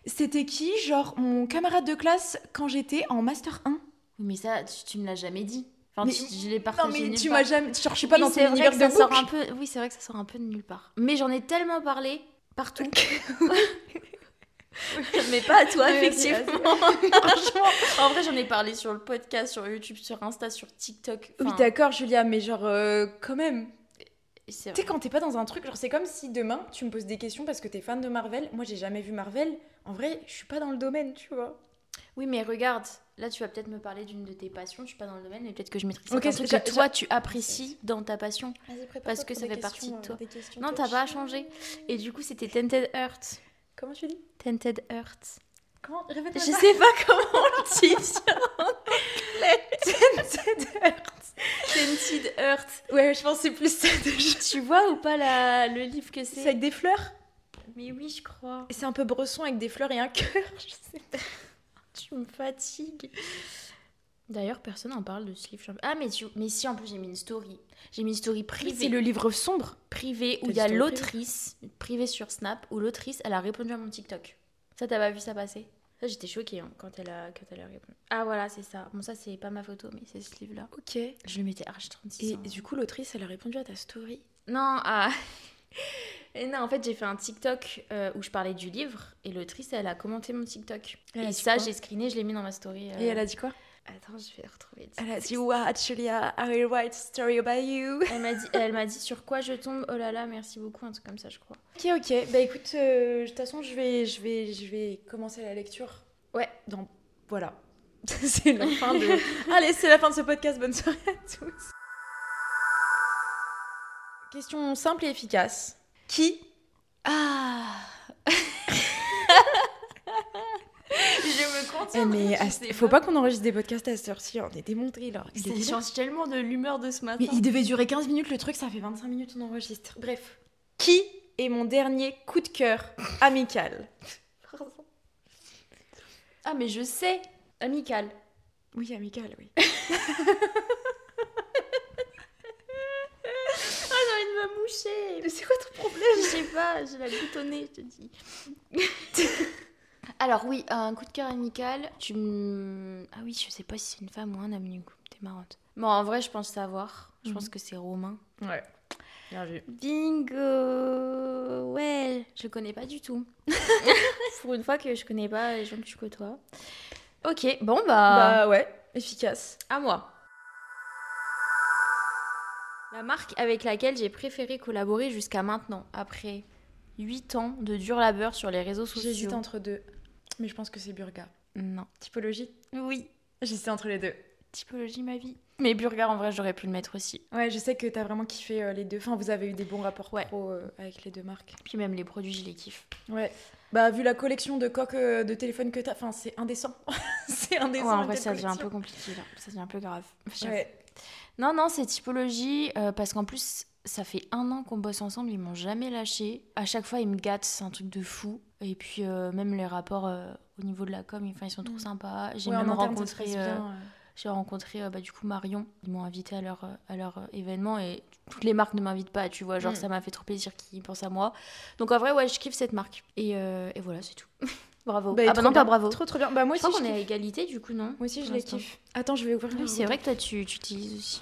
[SPEAKER 2] c'était qui, genre, mon camarade de classe quand j'étais en Master 1
[SPEAKER 1] Oui, Mais ça, tu, tu me l'as jamais dit. Enfin,
[SPEAKER 2] Mais-
[SPEAKER 1] tu- je l'ai partagé.
[SPEAKER 2] Non, mais
[SPEAKER 1] nulle
[SPEAKER 2] tu
[SPEAKER 1] part.
[SPEAKER 2] m'as jamais. Genre, je suis pas
[SPEAKER 1] Oui,
[SPEAKER 2] dans
[SPEAKER 1] c'est vrai
[SPEAKER 2] ton univers
[SPEAKER 1] que ça
[SPEAKER 2] de
[SPEAKER 1] sort
[SPEAKER 2] boucle.
[SPEAKER 1] un peu. Oui, c'est vrai que ça sort un peu de nulle part. Mais j'en ai tellement parlé partout. mais pas à toi,
[SPEAKER 2] Oui, vas-y,
[SPEAKER 1] effectivement. Franchement, en vrai, j'en ai parlé sur le podcast, sur YouTube, sur Insta, sur TikTok.
[SPEAKER 2] Oui,
[SPEAKER 1] Enfin,
[SPEAKER 2] d'accord, Julia, mais genre, euh, quand même.
[SPEAKER 1] c'est
[SPEAKER 2] Tu
[SPEAKER 1] vrai.
[SPEAKER 2] sais, quand t'es pas dans un truc, genre, c'est comme si demain, tu me poses des questions parce que t'es fan de Marvel. Moi, j'ai jamais vu Marvel. En vrai, je suis pas dans le domaine, tu vois.
[SPEAKER 1] Oui, mais regarde, là, tu vas peut-être me parler d'une de tes passions. Je suis pas dans le domaine, mais peut-être que je maîtrise.
[SPEAKER 2] Ok,
[SPEAKER 1] un truc
[SPEAKER 2] j'a-
[SPEAKER 1] que toi, tu apprécies dans ta passion.
[SPEAKER 2] Vas-y, prépare
[SPEAKER 1] Parce que ça fait partie de toi. Non, t'as pas à changer. Et du coup, c'était Tented Earth.
[SPEAKER 2] Comment tu dis
[SPEAKER 1] Tented Earth.
[SPEAKER 2] Comment
[SPEAKER 1] Je
[SPEAKER 2] Répète-moi
[SPEAKER 1] sais pas comment on le dit. Tented Earth.
[SPEAKER 2] Ouais, je pense que c'est plus ça déjà.
[SPEAKER 1] Tu vois ou pas la- le livre que
[SPEAKER 2] C'est
[SPEAKER 1] c'est
[SPEAKER 2] avec des fleurs
[SPEAKER 1] Mais oui, je crois.
[SPEAKER 2] Et c'est un peu bresson avec des fleurs et un cœur, je sais pas.
[SPEAKER 1] Tu me fatigues. D'ailleurs, personne n'en parle de ce livre. Ah, mais, tu... mais si, en plus, j'ai mis une story. J'ai mis une story privée.
[SPEAKER 2] livre sombre
[SPEAKER 1] Privée où
[SPEAKER 2] T'as
[SPEAKER 1] il y a
[SPEAKER 2] une story privée
[SPEAKER 1] l'autrice, privée sur Snap, où l'autrice, elle a répondu à mon TikTok. Ça, t'as pas vu ça passer Ça, j'étais choquée hein, quand, elle a... quand elle a répondu. Ah, voilà, c'est ça. Bon, ça, c'est pas ma photo, mais c'est ce livre-là.
[SPEAKER 2] Ok. Et
[SPEAKER 1] Je le mettais hein. H36.
[SPEAKER 2] du coup, l'autrice, elle a répondu à ta story.
[SPEAKER 1] Non, ah. Et non, en fait, j'ai fait un TikTok euh, où je parlais du livre et l'autrice, elle a commenté mon TikTok.
[SPEAKER 2] Elle a
[SPEAKER 1] et
[SPEAKER 2] dit
[SPEAKER 1] ça,
[SPEAKER 2] quoi
[SPEAKER 1] j'ai screené, je l'ai mis dans ma story. euh.
[SPEAKER 2] Et elle a dit quoi
[SPEAKER 1] Attends, je vais retrouver. le
[SPEAKER 2] Elle a
[SPEAKER 1] TikTok.
[SPEAKER 2] dit Wow, Julia, I will write a story about you.
[SPEAKER 1] Elle m'a dit, elle m'a dit sur quoi je tombe. Oh là là, merci beaucoup, un truc comme ça, je crois.
[SPEAKER 2] Ok, ok. Bah écoute, euh, de toute façon, je vais, je, vais, je vais commencer la lecture.
[SPEAKER 1] Ouais.
[SPEAKER 2] Dans... Voilà. c'est la fin de. Allez, c'est la fin de ce podcast. Bonne soirée à tous. Question simple et efficace. Qui
[SPEAKER 1] Ah. je me contiens.
[SPEAKER 2] Eh, mais
[SPEAKER 1] je
[SPEAKER 2] à-
[SPEAKER 1] sais
[SPEAKER 2] faut pas qu'on enregistre des podcasts à cette heure-ci, hein. on est démontrés là. Il
[SPEAKER 1] Ça
[SPEAKER 2] était-
[SPEAKER 1] change tellement de l'humeur de ce matin.
[SPEAKER 2] Mais il devait durer 15 minutes le truc, ça fait 25 minutes on enregistre. Bref. Qui est mon dernier coup de cœur amical
[SPEAKER 1] Pardon. Ah, mais je sais. Amical.
[SPEAKER 2] Oui, amical, oui.
[SPEAKER 1] Ah, j'ai envie de me moucher.
[SPEAKER 2] Mais c'est quoi ton problème
[SPEAKER 1] Je sais pas, j'ai la goutte au nez, je te dis. Alors oui, un coup de cœur amical. Tu m- Ah oui, je sais pas si c'est une femme ou un homme, du coup. T'es marrante. Bon, en vrai, je pense savoir. Je
[SPEAKER 2] Mhm.
[SPEAKER 1] pense que c'est Romain.
[SPEAKER 2] Ouais. Bien vu.
[SPEAKER 1] Bingo Ouais, je le connais pas du tout. Pour une fois que je connais pas les gens que tu côtoies. Ok, bon bah,
[SPEAKER 2] Bah ouais, efficace.
[SPEAKER 1] à moi. La marque avec laquelle j'ai préféré collaborer jusqu'à maintenant, après 8 ans de dur labeur sur les réseaux sociaux.
[SPEAKER 2] J'hésite entre deux, mais je pense que c'est Burga.
[SPEAKER 1] Non.
[SPEAKER 2] Typologie
[SPEAKER 1] Oui,
[SPEAKER 2] J'hésite entre les deux.
[SPEAKER 1] typologie ma vie. Mais Burger, en vrai, j'aurais pu le mettre aussi.
[SPEAKER 2] Ouais, je sais que t'as vraiment kiffé euh, les deux. Enfin, vous avez eu des bons rapports
[SPEAKER 1] Ouais.
[SPEAKER 2] pro euh, avec les deux marques.
[SPEAKER 1] Puis même les produits, je les kiffe.
[SPEAKER 2] Ouais. Bah vu la collection de coques euh, de téléphone que t'as, enfin c'est indécent. c'est
[SPEAKER 1] Ouais,
[SPEAKER 2] indécent.
[SPEAKER 1] en
[SPEAKER 2] avec
[SPEAKER 1] vrai,
[SPEAKER 2] quelle
[SPEAKER 1] ça devient un
[SPEAKER 2] collection.
[SPEAKER 1] peu compliqué là. Ça devient un peu grave. J'avoue.
[SPEAKER 2] Ouais.
[SPEAKER 1] Non, non, c'est typologie euh, parce qu'en plus, ça fait un an qu'on bosse ensemble, ils m'ont jamais lâché. À chaque fois, ils me gâtent, c'est un truc de fou. Et puis, euh, même les rapports euh, au niveau de la com, enfin, ils sont trop
[SPEAKER 2] Mm.
[SPEAKER 1] sympas. J'ai
[SPEAKER 2] Ouais, en
[SPEAKER 1] même
[SPEAKER 2] interne, ça se
[SPEAKER 1] rencontré.
[SPEAKER 2] passe
[SPEAKER 1] euh,
[SPEAKER 2] bien, euh.
[SPEAKER 1] J'ai rencontré euh, bah, du coup Marion. Ils m'ont invité à leur, euh, à leur euh, événement et toutes les marques ne m'invitent pas, tu vois. Genre,
[SPEAKER 2] Mm.
[SPEAKER 1] ça m'a fait trop plaisir qu'ils pensent à moi. Donc, en vrai, ouais, je kiffe cette marque. Et, euh, et voilà, c'est tout. bravo.
[SPEAKER 2] Bah,
[SPEAKER 1] ah, bah
[SPEAKER 2] trop
[SPEAKER 1] non,
[SPEAKER 2] bien.
[SPEAKER 1] pas bravo.
[SPEAKER 2] Trop trop bien. Bah moi
[SPEAKER 1] Je
[SPEAKER 2] aussi
[SPEAKER 1] crois
[SPEAKER 2] je
[SPEAKER 1] qu'on est à
[SPEAKER 2] kiffe.
[SPEAKER 1] égalité, du coup, non
[SPEAKER 2] Moi aussi je
[SPEAKER 1] pour
[SPEAKER 2] les
[SPEAKER 1] l'instant.
[SPEAKER 2] kiffe. Attends, je vais ouvrir.
[SPEAKER 1] Oui,
[SPEAKER 2] mon
[SPEAKER 1] c'est
[SPEAKER 2] routeur.
[SPEAKER 1] vrai que toi, tu, tu utilises aussi.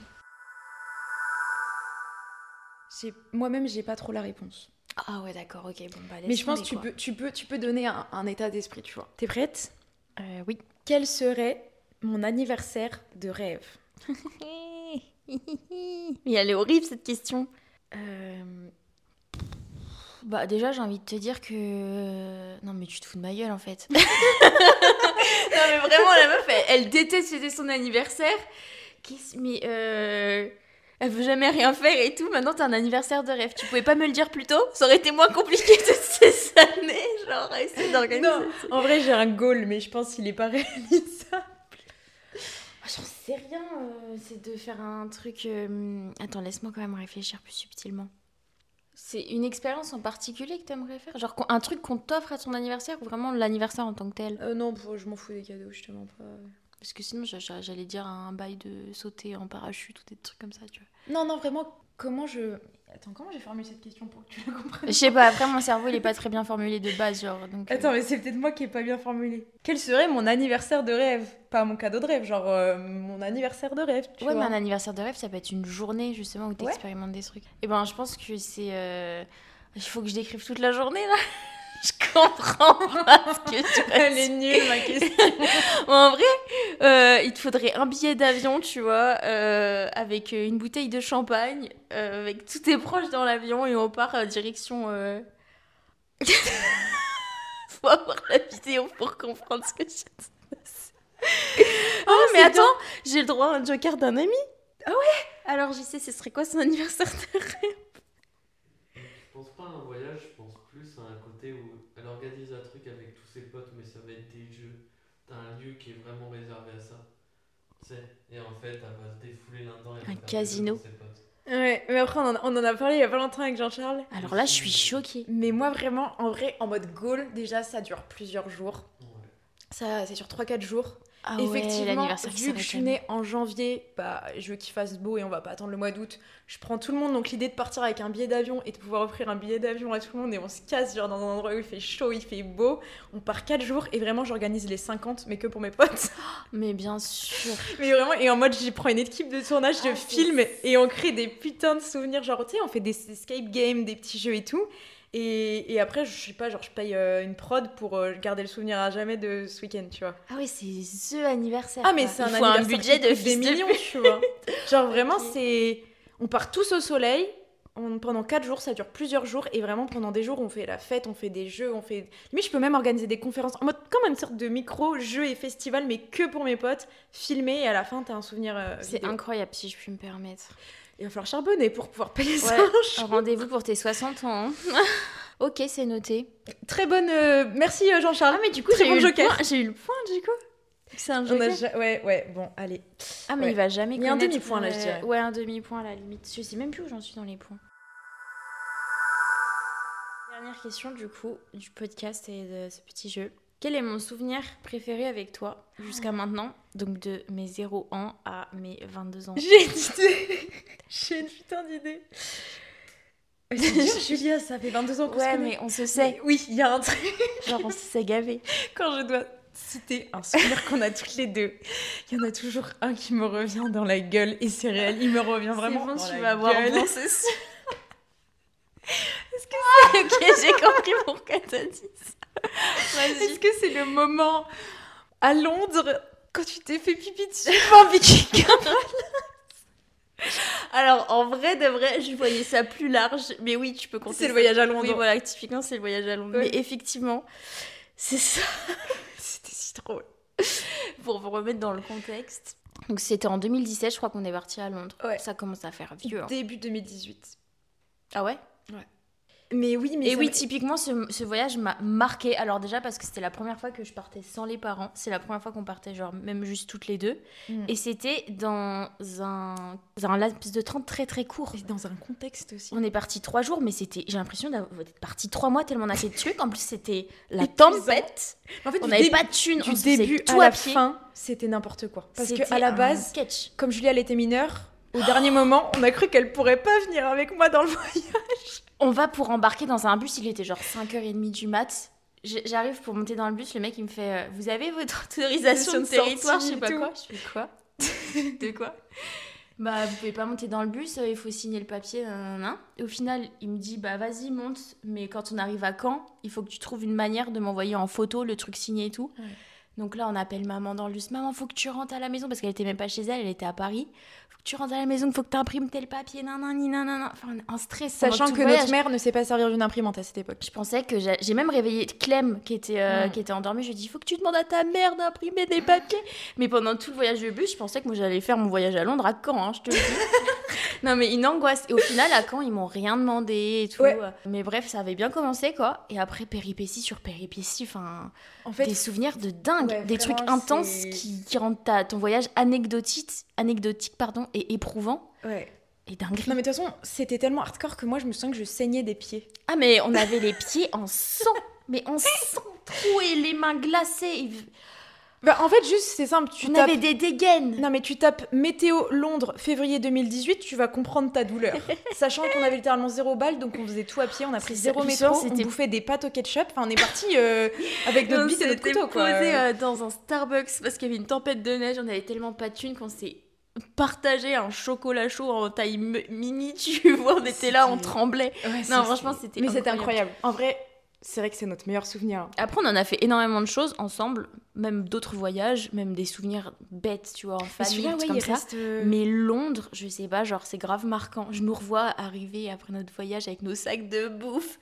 [SPEAKER 2] J'ai- Moi-même j'ai pas trop la réponse.
[SPEAKER 1] Ah ouais, d'accord, ok. Bon, bah,
[SPEAKER 2] Mais je pense que tu peux, tu peux, tu peux donner un, un état d'esprit, tu vois. Euh, T'es prête
[SPEAKER 1] oui.
[SPEAKER 2] Quel serait mon anniversaire de rêve
[SPEAKER 1] Mais elle est horrible cette question. Euh, euh, Bah déjà j'ai envie de te dire que non mais tu te fous de ma gueule en fait. Non, mais vraiment, la meuf, elle, elle déteste fêter son anniversaire. Qu'est-ce- Mais euh, elle veut jamais rien faire et tout. Maintenant, t'as un anniversaire de rêve. Tu pouvais pas me le dire plus tôt Ça aurait été moins compliqué de ces années, genre, à essayer d'organiser.
[SPEAKER 2] Non, en vrai, j'ai un goal, mais je pense qu'il est pas réalisable.
[SPEAKER 1] Ah, J'en sais rien. euh, c'est de faire un truc. euh, Attends, laisse-moi quand même réfléchir plus subtilement. C'est une expérience en particulier que t'aimerais faire Genre qu'on- un truc qu'on t'offre à ton anniversaire ou vraiment l'anniversaire en tant que tel
[SPEAKER 2] Euh, non, pour- je m'en fous des cadeaux, je te mens pas.
[SPEAKER 1] Parce que sinon, j'a- j'a- j'allais dire un bail de sauter en parachute ou des trucs comme ça, tu vois.
[SPEAKER 2] Non, non, vraiment, comment je. Attends, comment j'ai formulé cette question pour que tu la comprennes
[SPEAKER 1] Je sais pas, après mon cerveau il est pas très bien formulé de base, genre. Donc, euh,
[SPEAKER 2] Attends, mais c'est peut-être moi qui ai pas bien formulé. Quel serait mon anniversaire de rêve Pas mon cadeau de rêve, genre euh, mon anniversaire de rêve, tu
[SPEAKER 1] ouais, mais
[SPEAKER 2] vois.
[SPEAKER 1] un anniversaire de rêve ça peut être une journée justement où t'expérimentes des trucs. Et ben je pense que c'est. euh, Il faut que je décrive toute la journée là. je comprends pas ce que tu as
[SPEAKER 2] Elle est nulle, ma question.
[SPEAKER 1] En vrai, euh, il te faudrait un billet d'avion, tu vois, euh, avec une bouteille de champagne, euh, avec tous tes proches dans l'avion et on part euh, direction. euh, Faut avoir la vidéo pour comprendre ce que je Oh, mais
[SPEAKER 2] c'est
[SPEAKER 1] attends, j'ai le droit à un joker d'un ami. Ah ouais Alors, j'y sais, ce serait quoi son anniversaire de rêve
[SPEAKER 3] Je pense pas à un voyage, je pense plus à un côté où elle organise un truc avec tous ses potes, mais ça va être des jeux. T'as un lieu qui est vraiment réservé à ça. Tu sais, et en fait, elle va se défouler là-dedans. et elle va
[SPEAKER 1] Un
[SPEAKER 3] faire des jeux
[SPEAKER 1] casino.
[SPEAKER 3] pour ses potes.
[SPEAKER 2] Ouais, mais après, on en, a- on en a parlé il y a pas longtemps avec Jean-Charles.
[SPEAKER 1] Alors là, je suis choquée.
[SPEAKER 2] Mais moi, vraiment, en vrai, en mode goal, déjà, ça dure plusieurs jours.
[SPEAKER 3] Ouais.
[SPEAKER 2] Ça, c'est sur 3-4 jours.
[SPEAKER 1] Ah
[SPEAKER 2] Effectivement,
[SPEAKER 1] l'anniversaire qui
[SPEAKER 2] vu que je suis
[SPEAKER 1] s'arrête
[SPEAKER 2] née en janvier, bah, je veux qu'il fasse beau et on va pas attendre le mois d'août. Je prends tout le monde, donc l'idée de partir avec un billet d'avion et de pouvoir offrir un billet d'avion à tout le monde et on se casse genre dans un endroit où il fait chaud, il fait beau. On part 4 jours et vraiment j'organise les 50 mais que pour mes potes.
[SPEAKER 1] à- Mais bien sûr.
[SPEAKER 2] Mais vraiment, et en mode j'y prends une équipe de tournage, je
[SPEAKER 1] Ah, c'est-
[SPEAKER 2] filme et on crée des putains de souvenirs. Genre, tu sais, on fait des escape games, des petits jeux et tout. Et, et après, je sais pas, genre je paye euh, une prod pour euh, garder le souvenir à jamais de ce week-end, tu vois.
[SPEAKER 1] Ah oui, c'est the anniversaire.
[SPEAKER 2] Ah mais
[SPEAKER 1] quoi.
[SPEAKER 2] c'est un
[SPEAKER 1] Il faut un budget
[SPEAKER 2] anniversaire qui
[SPEAKER 1] de
[SPEAKER 2] coûte des
[SPEAKER 1] fils de
[SPEAKER 2] millions, tu vois. Genre vraiment
[SPEAKER 1] Ok.
[SPEAKER 2] c'est on part tous au soleil. On, pendant 4 jours, ça dure plusieurs jours et vraiment pendant des jours, on fait la fête, on fait des jeux, on fait. Mais je peux même organiser des conférences en mode comme une sorte de micro jeu et festival, mais que pour mes potes, filmé et à la fin t'as un souvenir. euh,
[SPEAKER 1] C'est
[SPEAKER 2] vidéo.
[SPEAKER 1] incroyable si je puis me permettre.
[SPEAKER 2] Il va falloir charbonner pour pouvoir payer ça.
[SPEAKER 1] Ouais,
[SPEAKER 2] je-
[SPEAKER 1] Rendez-vous pour tes 60 ans. hein. ok, c'est noté.
[SPEAKER 2] Très bonne. euh, Merci euh, Jean-Charles.
[SPEAKER 1] Ah, mais du coup,
[SPEAKER 2] Très bon
[SPEAKER 1] eu le
[SPEAKER 2] joker.
[SPEAKER 1] point- J'ai eu le point du coup. C'est un
[SPEAKER 2] On a
[SPEAKER 1] joker.
[SPEAKER 2] ja- Ouais ouais bon allez.
[SPEAKER 1] bah, Ah mais
[SPEAKER 2] ouais.
[SPEAKER 1] il va jamais.
[SPEAKER 2] Il y a un
[SPEAKER 1] connaître,
[SPEAKER 2] demi-point, là, je
[SPEAKER 1] euh,
[SPEAKER 2] dirais.
[SPEAKER 1] Ouais, un demi-point à la limite. Je sais même plus où j'en suis dans les points. Dernière question du coup du podcast et de ce petit jeu. Quel est mon souvenir préféré avec toi jusqu'à maintenant Donc de mes 0 ans à mes 22 ans.
[SPEAKER 2] J'ai une idée. J'ai une putain d'idée. Ouais, c'est dur, Julia, ça fait 22 ans qu'on se
[SPEAKER 1] Ouais,
[SPEAKER 2] connaît.
[SPEAKER 1] mais on se sait.
[SPEAKER 2] Mais Oui, il y a un truc
[SPEAKER 1] Genre on se sait gavé.
[SPEAKER 2] quand je dois citer un souvenir qu'on a toutes les deux. Il y en a toujours un qui me revient dans la gueule et c'est réel. Il me revient vraiment.
[SPEAKER 1] bon,
[SPEAKER 2] dans
[SPEAKER 1] tu
[SPEAKER 2] la
[SPEAKER 1] vas avoir
[SPEAKER 2] gueule.
[SPEAKER 1] bon, c'est sûr. Est-ce que c'est... ok, j'ai compris pourquoi t'as dit ça. Vas-y.
[SPEAKER 2] Est-ce que c'est le moment à Londres quand tu t'es fait pipi dessus par Vicky Gabon
[SPEAKER 1] Alors, en vrai, de vrai, je voyais ça plus large. Mais oui, tu peux compter.
[SPEAKER 2] C'est le
[SPEAKER 1] ça.
[SPEAKER 2] voyage à Londres.
[SPEAKER 1] Oui, voilà, typiquement, c'est le voyage à Londres.
[SPEAKER 2] Ouais.
[SPEAKER 1] Mais effectivement, c'est ça.
[SPEAKER 2] C'était si drôle.
[SPEAKER 1] Pour vous remettre dans le contexte. Donc, c'était en 2017, je crois qu'on est parti à Londres.
[SPEAKER 2] Ouais.
[SPEAKER 1] Ça commence à faire vieux. hein.
[SPEAKER 2] Début 2018.
[SPEAKER 1] Ah ouais
[SPEAKER 2] Mais oui, mais
[SPEAKER 1] Et
[SPEAKER 2] ça
[SPEAKER 1] oui,
[SPEAKER 2] m'a-
[SPEAKER 1] typiquement, ce, ce voyage m'a marqué. Alors déjà parce que c'était la première fois que je partais sans les parents. C'est la première fois qu'on partait, genre même juste toutes les deux.
[SPEAKER 2] Mm.
[SPEAKER 1] Et c'était dans un, dans un laps de temps très très court.
[SPEAKER 2] Et dans un contexte aussi.
[SPEAKER 1] On est parti trois jours, mais c'était, j'ai l'impression d'avoir- d'être parti trois mois tellement on a fait de trucs. En plus, c'était la
[SPEAKER 2] Épuisant.
[SPEAKER 1] tempête.
[SPEAKER 2] En fait,
[SPEAKER 1] On
[SPEAKER 2] du
[SPEAKER 1] n'avait
[SPEAKER 2] dé-
[SPEAKER 1] pas de thunes.
[SPEAKER 2] du
[SPEAKER 1] on se faisait
[SPEAKER 2] début
[SPEAKER 1] tout
[SPEAKER 2] à la
[SPEAKER 1] pied.
[SPEAKER 2] fin, c'était n'importe quoi. Parce que
[SPEAKER 1] C'était
[SPEAKER 2] à la
[SPEAKER 1] un
[SPEAKER 2] base,
[SPEAKER 1] sketch.
[SPEAKER 2] comme Julia elle était mineure, au dernier moment, on a cru qu'elle pourrait pas venir avec moi dans le voyage.
[SPEAKER 1] On va pour embarquer dans un bus, il était genre 5h30 du mat. J- J'arrive pour monter dans le bus, le mec il me fait euh, Vous avez votre autorisation de
[SPEAKER 2] Autorisation de
[SPEAKER 1] territoire Je sais
[SPEAKER 2] sortie
[SPEAKER 1] pas
[SPEAKER 2] et tout.
[SPEAKER 1] quoi. Je fais quoi De quoi Bah, vous pouvez pas monter dans le bus, euh, il faut signer le papier. nan, nan, nan. Et au final, il me dit Bah, vas-y, monte, mais quand on arrive à Caen, il faut que tu trouves une manière de m'envoyer en photo le truc signé et tout.
[SPEAKER 2] Ouais.
[SPEAKER 1] Donc là, on appelle maman dans l'us. Maman, faut que tu rentres à la maison parce qu'elle était même pas chez elle, elle était à Paris. Faut que tu rentres à la maison, faut que tu imprimes tel papier, nan nan ni nan nan. nan. Enfin, un stress. pendant
[SPEAKER 2] Sachant
[SPEAKER 1] tout
[SPEAKER 2] que
[SPEAKER 1] le voyage.
[SPEAKER 2] notre mère ne sait pas servir d'une imprimante à cette époque.
[SPEAKER 1] Je pensais que j'a- j'ai même réveillé Clem qui était, euh,
[SPEAKER 2] Mm.
[SPEAKER 1] qui était endormie. Je lui ai dit Faut que tu demandes à ta mère d'imprimer des papiers. Mais pendant tout le voyage de bus, je pensais que moi j'allais faire mon voyage à Londres à Caen, hein, je te le dis. non, mais une angoisse. Et au final, à Caen, ils m'ont rien demandé et tout.
[SPEAKER 2] Ouais.
[SPEAKER 1] Mais bref, ça avait bien commencé quoi. Et après, péripétie sur péripétie, enfin,
[SPEAKER 2] En fait,
[SPEAKER 1] des souvenirs de dingue,
[SPEAKER 2] ouais,
[SPEAKER 1] des trucs
[SPEAKER 2] vraiment,
[SPEAKER 1] intenses
[SPEAKER 2] c'est-
[SPEAKER 1] qui, qui rendent ta- ton voyage anecdotique, anecdotique pardon, et éprouvant
[SPEAKER 2] ouais.
[SPEAKER 1] et dingue.
[SPEAKER 2] Non mais de toute façon, c'était tellement hardcore que moi je me sens que je saignais des pieds.
[SPEAKER 1] Ah mais on avait les pieds en sang, mais en sang troué, les mains glacées. et-
[SPEAKER 2] Bah en fait juste c'est simple, tu
[SPEAKER 1] on
[SPEAKER 2] tapes
[SPEAKER 1] avait des dégaines.
[SPEAKER 2] Non mais tu tapes météo Londres février 2018, tu vas comprendre ta douleur. Sachant qu'on avait littéralement zéro balle, donc on faisait tout à pied, on a pris
[SPEAKER 1] C'est ça,
[SPEAKER 2] zéro
[SPEAKER 1] je me
[SPEAKER 2] métro,
[SPEAKER 1] souviens,
[SPEAKER 2] on
[SPEAKER 1] c'était-
[SPEAKER 2] bouffait des pâtes au ketchup, enfin on est parti euh, avec notre
[SPEAKER 1] On
[SPEAKER 2] bite et notre
[SPEAKER 1] s'était
[SPEAKER 2] couteau quoi.
[SPEAKER 1] posé euh, dans un Starbucks parce qu'il y avait une tempête de neige. On avait tellement pas de thunes qu'on s'est partagé un chocolat chaud en taille m- mini. Tu vois, on était là, on
[SPEAKER 2] C'était-
[SPEAKER 1] tremblait.
[SPEAKER 2] Ouais, ça,
[SPEAKER 1] Non, franchement, c'était. Bah,
[SPEAKER 2] Mais c'était incroyable. En vrai, c'est vrai que c'est notre meilleur souvenir. hein.
[SPEAKER 1] Après, on en a fait énormément de choses ensemble, même d'autres voyages, même des souvenirs bêtes, tu vois, en famille, des trucs comme ça.
[SPEAKER 2] euh,
[SPEAKER 1] Mais Londres, je sais pas, genre c'est grave marquant. Je nous revois arriver après notre voyage avec nos sacs de bouffe.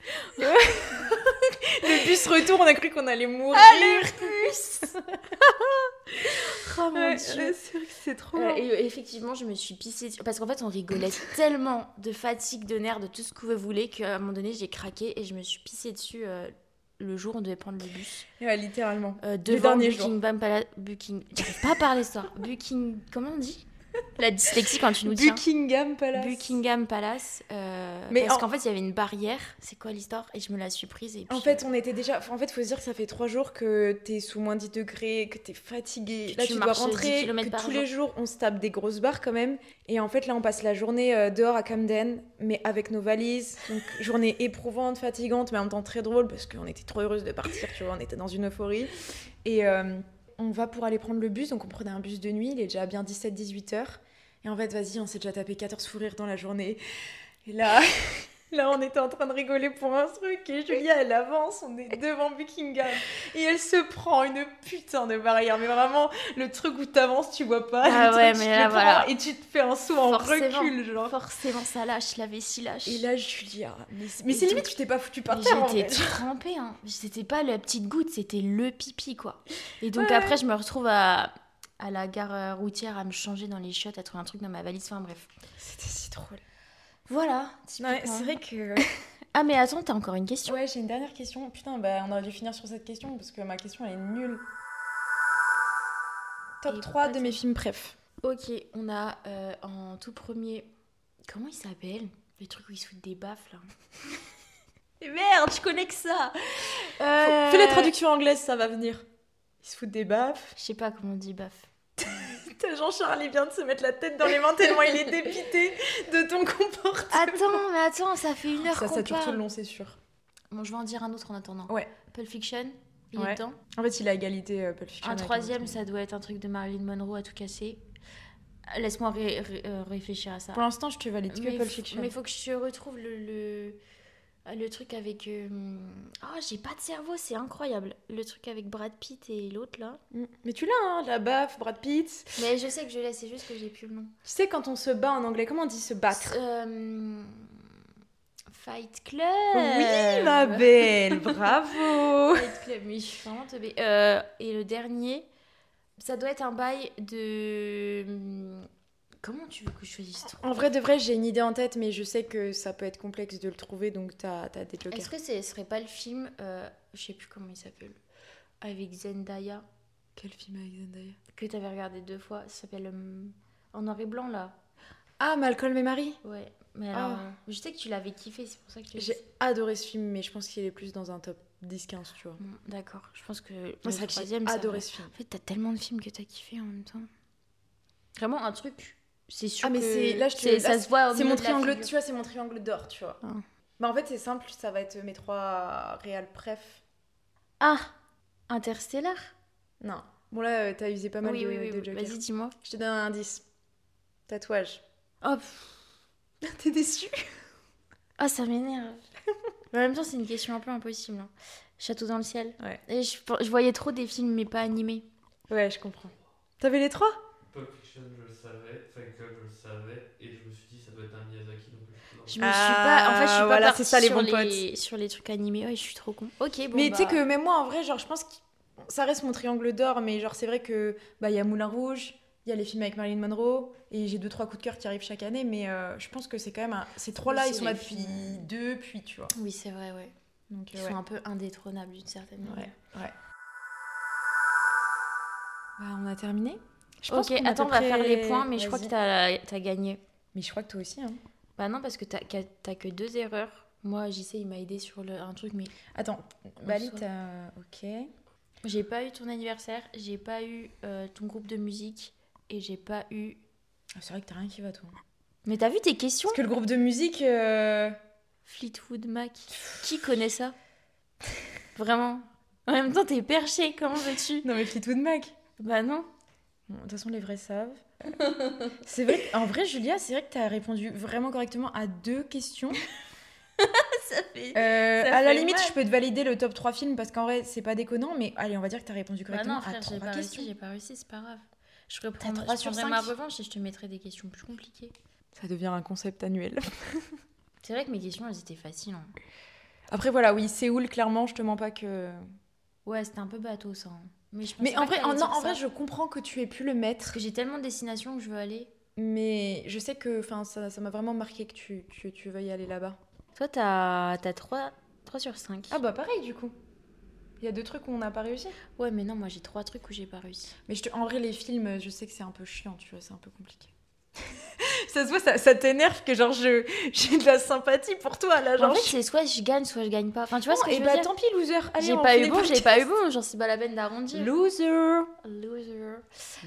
[SPEAKER 2] le bus retour, on a cru qu'on allait mourir.
[SPEAKER 1] plus Oh mon
[SPEAKER 2] Ouais, ouais,
[SPEAKER 1] Dieu.
[SPEAKER 2] c'est vrai que c'est trop.
[SPEAKER 1] Euh, et effectivement, je me suis pissée dessus. Parce qu'en fait, on rigolait tellement de fatigue, de nerfs, de tout ce que vous voulez, qu'à un moment donné, j'ai craqué et je me suis pissée dessus euh, le jour où on devait prendre le bus.
[SPEAKER 2] Ouais, littéralement.
[SPEAKER 1] Euh, devant
[SPEAKER 2] dernier jour.
[SPEAKER 1] Buckingham Palace. Bucking... J'arrive pas à parler ça. Bucking. Comment on dit La dyslexie quand tu nous tiens.
[SPEAKER 2] Buckingham Palace.
[SPEAKER 1] Buckingham Palace. euh,
[SPEAKER 2] Mais
[SPEAKER 1] parce
[SPEAKER 2] en-
[SPEAKER 1] qu'en fait, il y avait une barrière. C'est quoi l'histoire Et je me la suis prise. Et puis, euh,
[SPEAKER 2] En fait, on était déjà. enfin, en fait, faut se dire que ça fait trois jours que t'es sous moins 10 degrés, que t'es fatigué.
[SPEAKER 1] Que
[SPEAKER 2] Là,
[SPEAKER 1] tu
[SPEAKER 2] tu, dois
[SPEAKER 1] marches 10
[SPEAKER 2] rentrer.
[SPEAKER 1] kilomètres
[SPEAKER 2] Que
[SPEAKER 1] par
[SPEAKER 2] tous les jours, on se tape des grosses barres quand même. Et en fait, là, on passe la journée euh, dehors à Camden, mais avec nos valises. Donc, journée éprouvante, fatigante, mais en même temps très drôle parce qu'on était trop heureuse de partir. Tu vois, on était dans une euphorie. Et euh, on va pour aller prendre le bus. Donc, on prenait un bus de nuit. Il est déjà bien 17-18 heures. Et en fait, vas-y, on s'est déjà tapé 14 fous rires dans la journée. Et là, là, on était en train de rigoler pour un truc. Et Julia, elle avance, on est devant Buckingham. Et elle se prend une putain de barrière. Mais vraiment, le truc où t'avances, tu vois pas.
[SPEAKER 1] Ah
[SPEAKER 2] le
[SPEAKER 1] ouais,
[SPEAKER 2] truc, tu
[SPEAKER 1] mais
[SPEAKER 2] te
[SPEAKER 1] là,
[SPEAKER 2] prends
[SPEAKER 1] voilà.
[SPEAKER 2] Et tu te fais un saut en
[SPEAKER 1] Forcément.
[SPEAKER 2] recul, genre.
[SPEAKER 1] euh, forcément, ça lâche. La vessie lâche.
[SPEAKER 2] Et là, Julia. Mais,
[SPEAKER 1] mais
[SPEAKER 2] c'est
[SPEAKER 1] donc-
[SPEAKER 2] limite, tu t'es pas foutu par
[SPEAKER 1] Mais
[SPEAKER 2] terre. en
[SPEAKER 1] J'étais
[SPEAKER 2] fait.
[SPEAKER 1] trempée, hein. C'était pas la petite goutte, c'était le pipi, quoi. Et donc
[SPEAKER 2] Ouais.
[SPEAKER 1] après, je me retrouve à, à la gare euh, routière à me changer dans les chiottes, à trouver un truc dans ma valise. Enfin bref.
[SPEAKER 2] C'était si drôle.
[SPEAKER 1] Voilà.
[SPEAKER 2] Ouais,
[SPEAKER 1] typiquement.
[SPEAKER 2] c'est vrai que.
[SPEAKER 1] Ah mais attends, t'as encore une question.
[SPEAKER 2] Ouais, j'ai une dernière question. Putain, bah, on aurait dû finir sur cette question parce que ma question elle est nulle. Top
[SPEAKER 1] Et
[SPEAKER 2] 3 de
[SPEAKER 1] pourquoi
[SPEAKER 2] mes films préf.
[SPEAKER 1] Ok, on a euh, en tout premier. Comment il s'appelle Le truc où il se fout des baffes là.
[SPEAKER 2] hein.
[SPEAKER 1] Mais Merde, je connais que ça Euh,
[SPEAKER 2] Fais la traduction anglaise, ça va venir. Ils se foutent des baffes.
[SPEAKER 1] Je sais pas comment on dit baffe.
[SPEAKER 2] Putain, Jean-Charles il vient de se mettre la tête dans les mains tellement il est dépité de ton comportement.
[SPEAKER 1] Attends, mais attends, ça fait une heure
[SPEAKER 2] Ça,
[SPEAKER 1] qu'on
[SPEAKER 2] ça dure tout
[SPEAKER 1] parle.
[SPEAKER 2] le long, c'est sûr.
[SPEAKER 1] Bon, je vais en dire un autre en attendant.
[SPEAKER 2] Ouais.
[SPEAKER 1] Pulp Fiction, il
[SPEAKER 2] Ouais.
[SPEAKER 1] est dedans.
[SPEAKER 2] En fait, il a égalité euh, Pulp Fiction
[SPEAKER 1] Un
[SPEAKER 2] avec
[SPEAKER 1] troisième,
[SPEAKER 2] Hamilton.
[SPEAKER 1] ça doit être un truc de Marilyn Monroe à tout casser. Euh, Laisse-moi ré- ré- euh, réfléchir à ça.
[SPEAKER 2] Pour l'instant, je te valide que
[SPEAKER 1] mais,
[SPEAKER 2] Pulp
[SPEAKER 1] f-
[SPEAKER 2] Fiction.
[SPEAKER 1] mais faut que je retrouve le, le, le truc avec. euh, Oh, j'ai pas de cerveau, c'est incroyable. Le truc avec Brad Pitt et l'autre là.
[SPEAKER 2] Mm. Mais tu l'as, hein, la baffe, Brad Pitt. Tu
[SPEAKER 1] Mais je sais que je l'ai, c'est juste que j'ai plus le nom.
[SPEAKER 2] sais, quand on se bat en anglais, comment on dit se battre
[SPEAKER 1] Euh, Fight Club
[SPEAKER 2] Oui, ma belle, bravo
[SPEAKER 1] Fight Club, mais je suis vraiment teubée. Euh, et le dernier, ça doit être un bail de. hum, Comment tu veux que je choisisse ce truc
[SPEAKER 2] En vrai de vrai, j'ai une idée en tête, mais je sais que ça peut être complexe de le trouver, donc t'as t'as des jokers.
[SPEAKER 1] Est-ce que ce serait pas le film, euh, je sais plus comment il s'appelle, avec Zendaya,
[SPEAKER 2] Quel film avec Zendaya
[SPEAKER 1] que t'avais regardé deux fois Ça s'appelle. euh, en noir et blanc là
[SPEAKER 2] Ah, Malcolm et Marie
[SPEAKER 1] Ouais. Mais
[SPEAKER 2] Ah.
[SPEAKER 1] alors, euh, je sais que tu l'avais kiffé, c'est pour ça que je te
[SPEAKER 2] J'ai
[SPEAKER 1] dis.
[SPEAKER 2] adoré ce film, mais je pense qu'il est plus dans un top 10-15, tu vois.
[SPEAKER 1] Bon, D'accord, je pense que
[SPEAKER 2] Moi,
[SPEAKER 1] le
[SPEAKER 2] c'est vrai que
[SPEAKER 1] troisième,
[SPEAKER 2] j'ai
[SPEAKER 1] ça
[SPEAKER 2] adoré
[SPEAKER 1] va.
[SPEAKER 2] ce film.
[SPEAKER 1] En fait, t'as tellement de films que t'as kiffé en même temps. Vraiment un truc, c'est sûr
[SPEAKER 2] Ah, mais
[SPEAKER 1] que
[SPEAKER 2] c'est- là, je te-
[SPEAKER 1] c'est-
[SPEAKER 2] là,
[SPEAKER 1] ça se voit au
[SPEAKER 2] C'est
[SPEAKER 1] milieu
[SPEAKER 2] mon
[SPEAKER 1] de la
[SPEAKER 2] triangle,
[SPEAKER 1] figure.
[SPEAKER 2] tu vois, c'est mon triangle d'or, tu vois.
[SPEAKER 1] Ah.
[SPEAKER 2] Bah en fait, c'est simple, ça va être mes trois réels pref.
[SPEAKER 1] Ah, Interstellar
[SPEAKER 2] Non. Bon là, euh, t'as usé pas mal
[SPEAKER 1] Oui,
[SPEAKER 2] de,
[SPEAKER 1] oui, oui,
[SPEAKER 2] de
[SPEAKER 1] oui.
[SPEAKER 2] jokers.
[SPEAKER 1] vas-y, dis-moi.
[SPEAKER 2] Je te donne un indice. Tatouage.
[SPEAKER 1] Oh, pff,
[SPEAKER 2] T'es déçu
[SPEAKER 1] ah, ça m'énerve. Mais en même temps, c'est une question un peu impossible. hein. Château dans le ciel.
[SPEAKER 2] Ouais.
[SPEAKER 1] Et je, je voyais trop des films, mais pas animés.
[SPEAKER 2] Ouais, je comprends. T'avais les trois
[SPEAKER 3] Pulp Fiction, je le savais. Fight Club, je le savais. Et je me suis dit, ça doit être un Miyazaki. Donc je l'ai
[SPEAKER 1] Je
[SPEAKER 3] lancé.
[SPEAKER 1] me suis
[SPEAKER 2] Ah,
[SPEAKER 1] pas. En fait, je suis pas
[SPEAKER 2] voilà,
[SPEAKER 1] partie
[SPEAKER 2] c'est ça, les
[SPEAKER 1] sur,
[SPEAKER 2] bons
[SPEAKER 1] les... sur les trucs animés. Ouais, je suis trop con. Ok, bon.
[SPEAKER 2] mais tu sais
[SPEAKER 1] bah,
[SPEAKER 2] que même moi, en vrai, genre, je pense que ça reste mon triangle d'or, mais genre, c'est vrai que bah, il y a Moulin Rouge, il y a les films avec Marilyn Monroe, et j'ai deux trois coups de cœur qui arrivent chaque année, mais euh, je pense que c'est quand même un... ces trois-là,
[SPEAKER 1] Oui,
[SPEAKER 2] ils
[SPEAKER 1] c'est
[SPEAKER 2] sont là
[SPEAKER 1] les
[SPEAKER 2] depuis
[SPEAKER 1] films.
[SPEAKER 2] deux, puis tu vois.
[SPEAKER 1] Oui, c'est vrai, ouais.
[SPEAKER 2] Donc,
[SPEAKER 1] Ils
[SPEAKER 2] euh, ouais.
[SPEAKER 1] sont un peu indétrônables d'une certaine manière.
[SPEAKER 2] Ouais, ouais. Bah, on a terminé. Je pense
[SPEAKER 1] Ok,
[SPEAKER 2] qu'on a à
[SPEAKER 1] attends, on
[SPEAKER 2] peu
[SPEAKER 1] va
[SPEAKER 2] près-
[SPEAKER 1] faire les points, mais je crois que t'as
[SPEAKER 2] Vas-y.
[SPEAKER 1] t'as gagné.
[SPEAKER 2] Mais je crois que toi aussi. Hein.
[SPEAKER 1] Bah non, parce que t'as qu'à- t'as que deux erreurs. Moi, JC, il m'a aidé sur le- un truc, mais
[SPEAKER 2] Attends,
[SPEAKER 1] On
[SPEAKER 2] Bali,
[SPEAKER 1] soit-
[SPEAKER 2] t'as. Ok.
[SPEAKER 1] j'ai pas eu ton anniversaire, j'ai pas eu euh, ton groupe de musique et j'ai pas eu.
[SPEAKER 2] Ah, c'est vrai que t'as rien qui va, toi.
[SPEAKER 1] Mais t'as vu tes questions
[SPEAKER 2] Parce que le groupe de musique. euh,
[SPEAKER 1] Fleetwood Mac. Qui connaît ça Vraiment En même temps, t'es perché, comment veux-tu
[SPEAKER 2] Non, mais Fleetwood Mac.
[SPEAKER 1] Bah non.
[SPEAKER 2] Bon, de toute façon, les vrais savent. c'est vrai que- en vrai, Julia, c'est vrai que t'as répondu vraiment correctement à deux questions.
[SPEAKER 1] Ça fait.
[SPEAKER 2] Euh,
[SPEAKER 1] Ça
[SPEAKER 2] à la
[SPEAKER 1] fait
[SPEAKER 2] limite,
[SPEAKER 1] mal.
[SPEAKER 2] je peux te valider le top 3 films parce qu'en vrai, c'est pas déconnant, mais allez, on va dire que t'as répondu
[SPEAKER 1] Bah
[SPEAKER 2] correctement
[SPEAKER 1] non, frère, j'ai
[SPEAKER 2] à
[SPEAKER 1] pas
[SPEAKER 2] trois questions.
[SPEAKER 1] réussi, j'ai pas réussi, c'est pas grave. Je reprends
[SPEAKER 2] trois
[SPEAKER 1] je
[SPEAKER 2] sur
[SPEAKER 1] prendrai ma
[SPEAKER 2] cinq.
[SPEAKER 1] revanche et je te mettrai des questions plus compliquées.
[SPEAKER 2] Ça devient un concept annuel.
[SPEAKER 1] C'est vrai que mes questions, elles étaient faciles. hein.
[SPEAKER 2] Après, voilà, oui, Séoul, clairement, je te mens pas que.
[SPEAKER 1] Ouais, c'était un peu bateau ça. hein. Mais, je pensais
[SPEAKER 2] Mais
[SPEAKER 1] pas
[SPEAKER 2] en
[SPEAKER 1] que
[SPEAKER 2] vrai,
[SPEAKER 1] t'allais
[SPEAKER 2] en, non,
[SPEAKER 1] dire
[SPEAKER 2] en vrai,
[SPEAKER 1] ça.
[SPEAKER 2] je comprends que tu aies pu le mettre,
[SPEAKER 1] Parce que j'ai tellement de destinations où je veux aller.
[SPEAKER 2] mais je sais que 'fin, ça ça m'a vraiment marqué que tu, tu, tu veuilles aller là-bas.
[SPEAKER 1] Toi, t'as as 3, 3 sur 5.
[SPEAKER 2] Ah bah pareil, du coup. Il y a deux trucs où on n'a pas réussi.
[SPEAKER 1] Ouais, mais non, moi j'ai 3 trucs où j'ai pas réussi.
[SPEAKER 2] Mais je te... en vrai, les films, je sais que c'est un peu chiant, tu vois, c'est un peu compliqué. ça se voit, ça, ça t'énerve que genre je j'ai de la sympathie pour toi là, genre.
[SPEAKER 1] en fait,
[SPEAKER 2] je-
[SPEAKER 1] c'est soit je gagne, soit je gagne pas. Enfin, tu vois ce que
[SPEAKER 2] et
[SPEAKER 1] je veux
[SPEAKER 2] bah
[SPEAKER 1] dire
[SPEAKER 2] tant pis, loser. Allez,
[SPEAKER 1] J'ai
[SPEAKER 2] on
[SPEAKER 1] pas
[SPEAKER 2] fait
[SPEAKER 1] eu
[SPEAKER 2] les
[SPEAKER 1] bon, j'ai
[SPEAKER 2] podcasts.
[SPEAKER 1] pas eu bon, genre c'est pas la peine d'arrondir.
[SPEAKER 2] Loser.
[SPEAKER 1] Loser.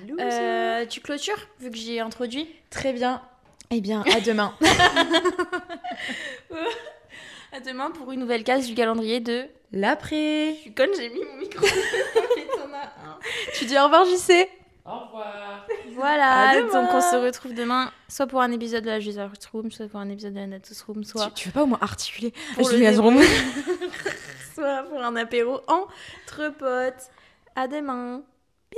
[SPEAKER 2] Loser.
[SPEAKER 1] Euh, tu clôtures, vu que j'ai introduit
[SPEAKER 2] Très bien. Eh bien, à demain.
[SPEAKER 1] À demain pour une nouvelle case du calendrier de.
[SPEAKER 2] L'après.
[SPEAKER 1] Je suis conne, j'ai mis mon micro. T'en as un.
[SPEAKER 2] Tu dis au revoir, JC.
[SPEAKER 3] Au revoir
[SPEAKER 1] Voilà,
[SPEAKER 2] À
[SPEAKER 1] donc on
[SPEAKER 2] demain.
[SPEAKER 1] se retrouve demain, soit pour un épisode de la Juice Art Room, soit pour un épisode de la Natus Room, soit
[SPEAKER 2] Tu, tu veux pas au moins articuler
[SPEAKER 1] Pour le
[SPEAKER 2] Julia
[SPEAKER 1] dé-
[SPEAKER 2] Zormou.
[SPEAKER 1] soit pour un apéro entre potes. À demain.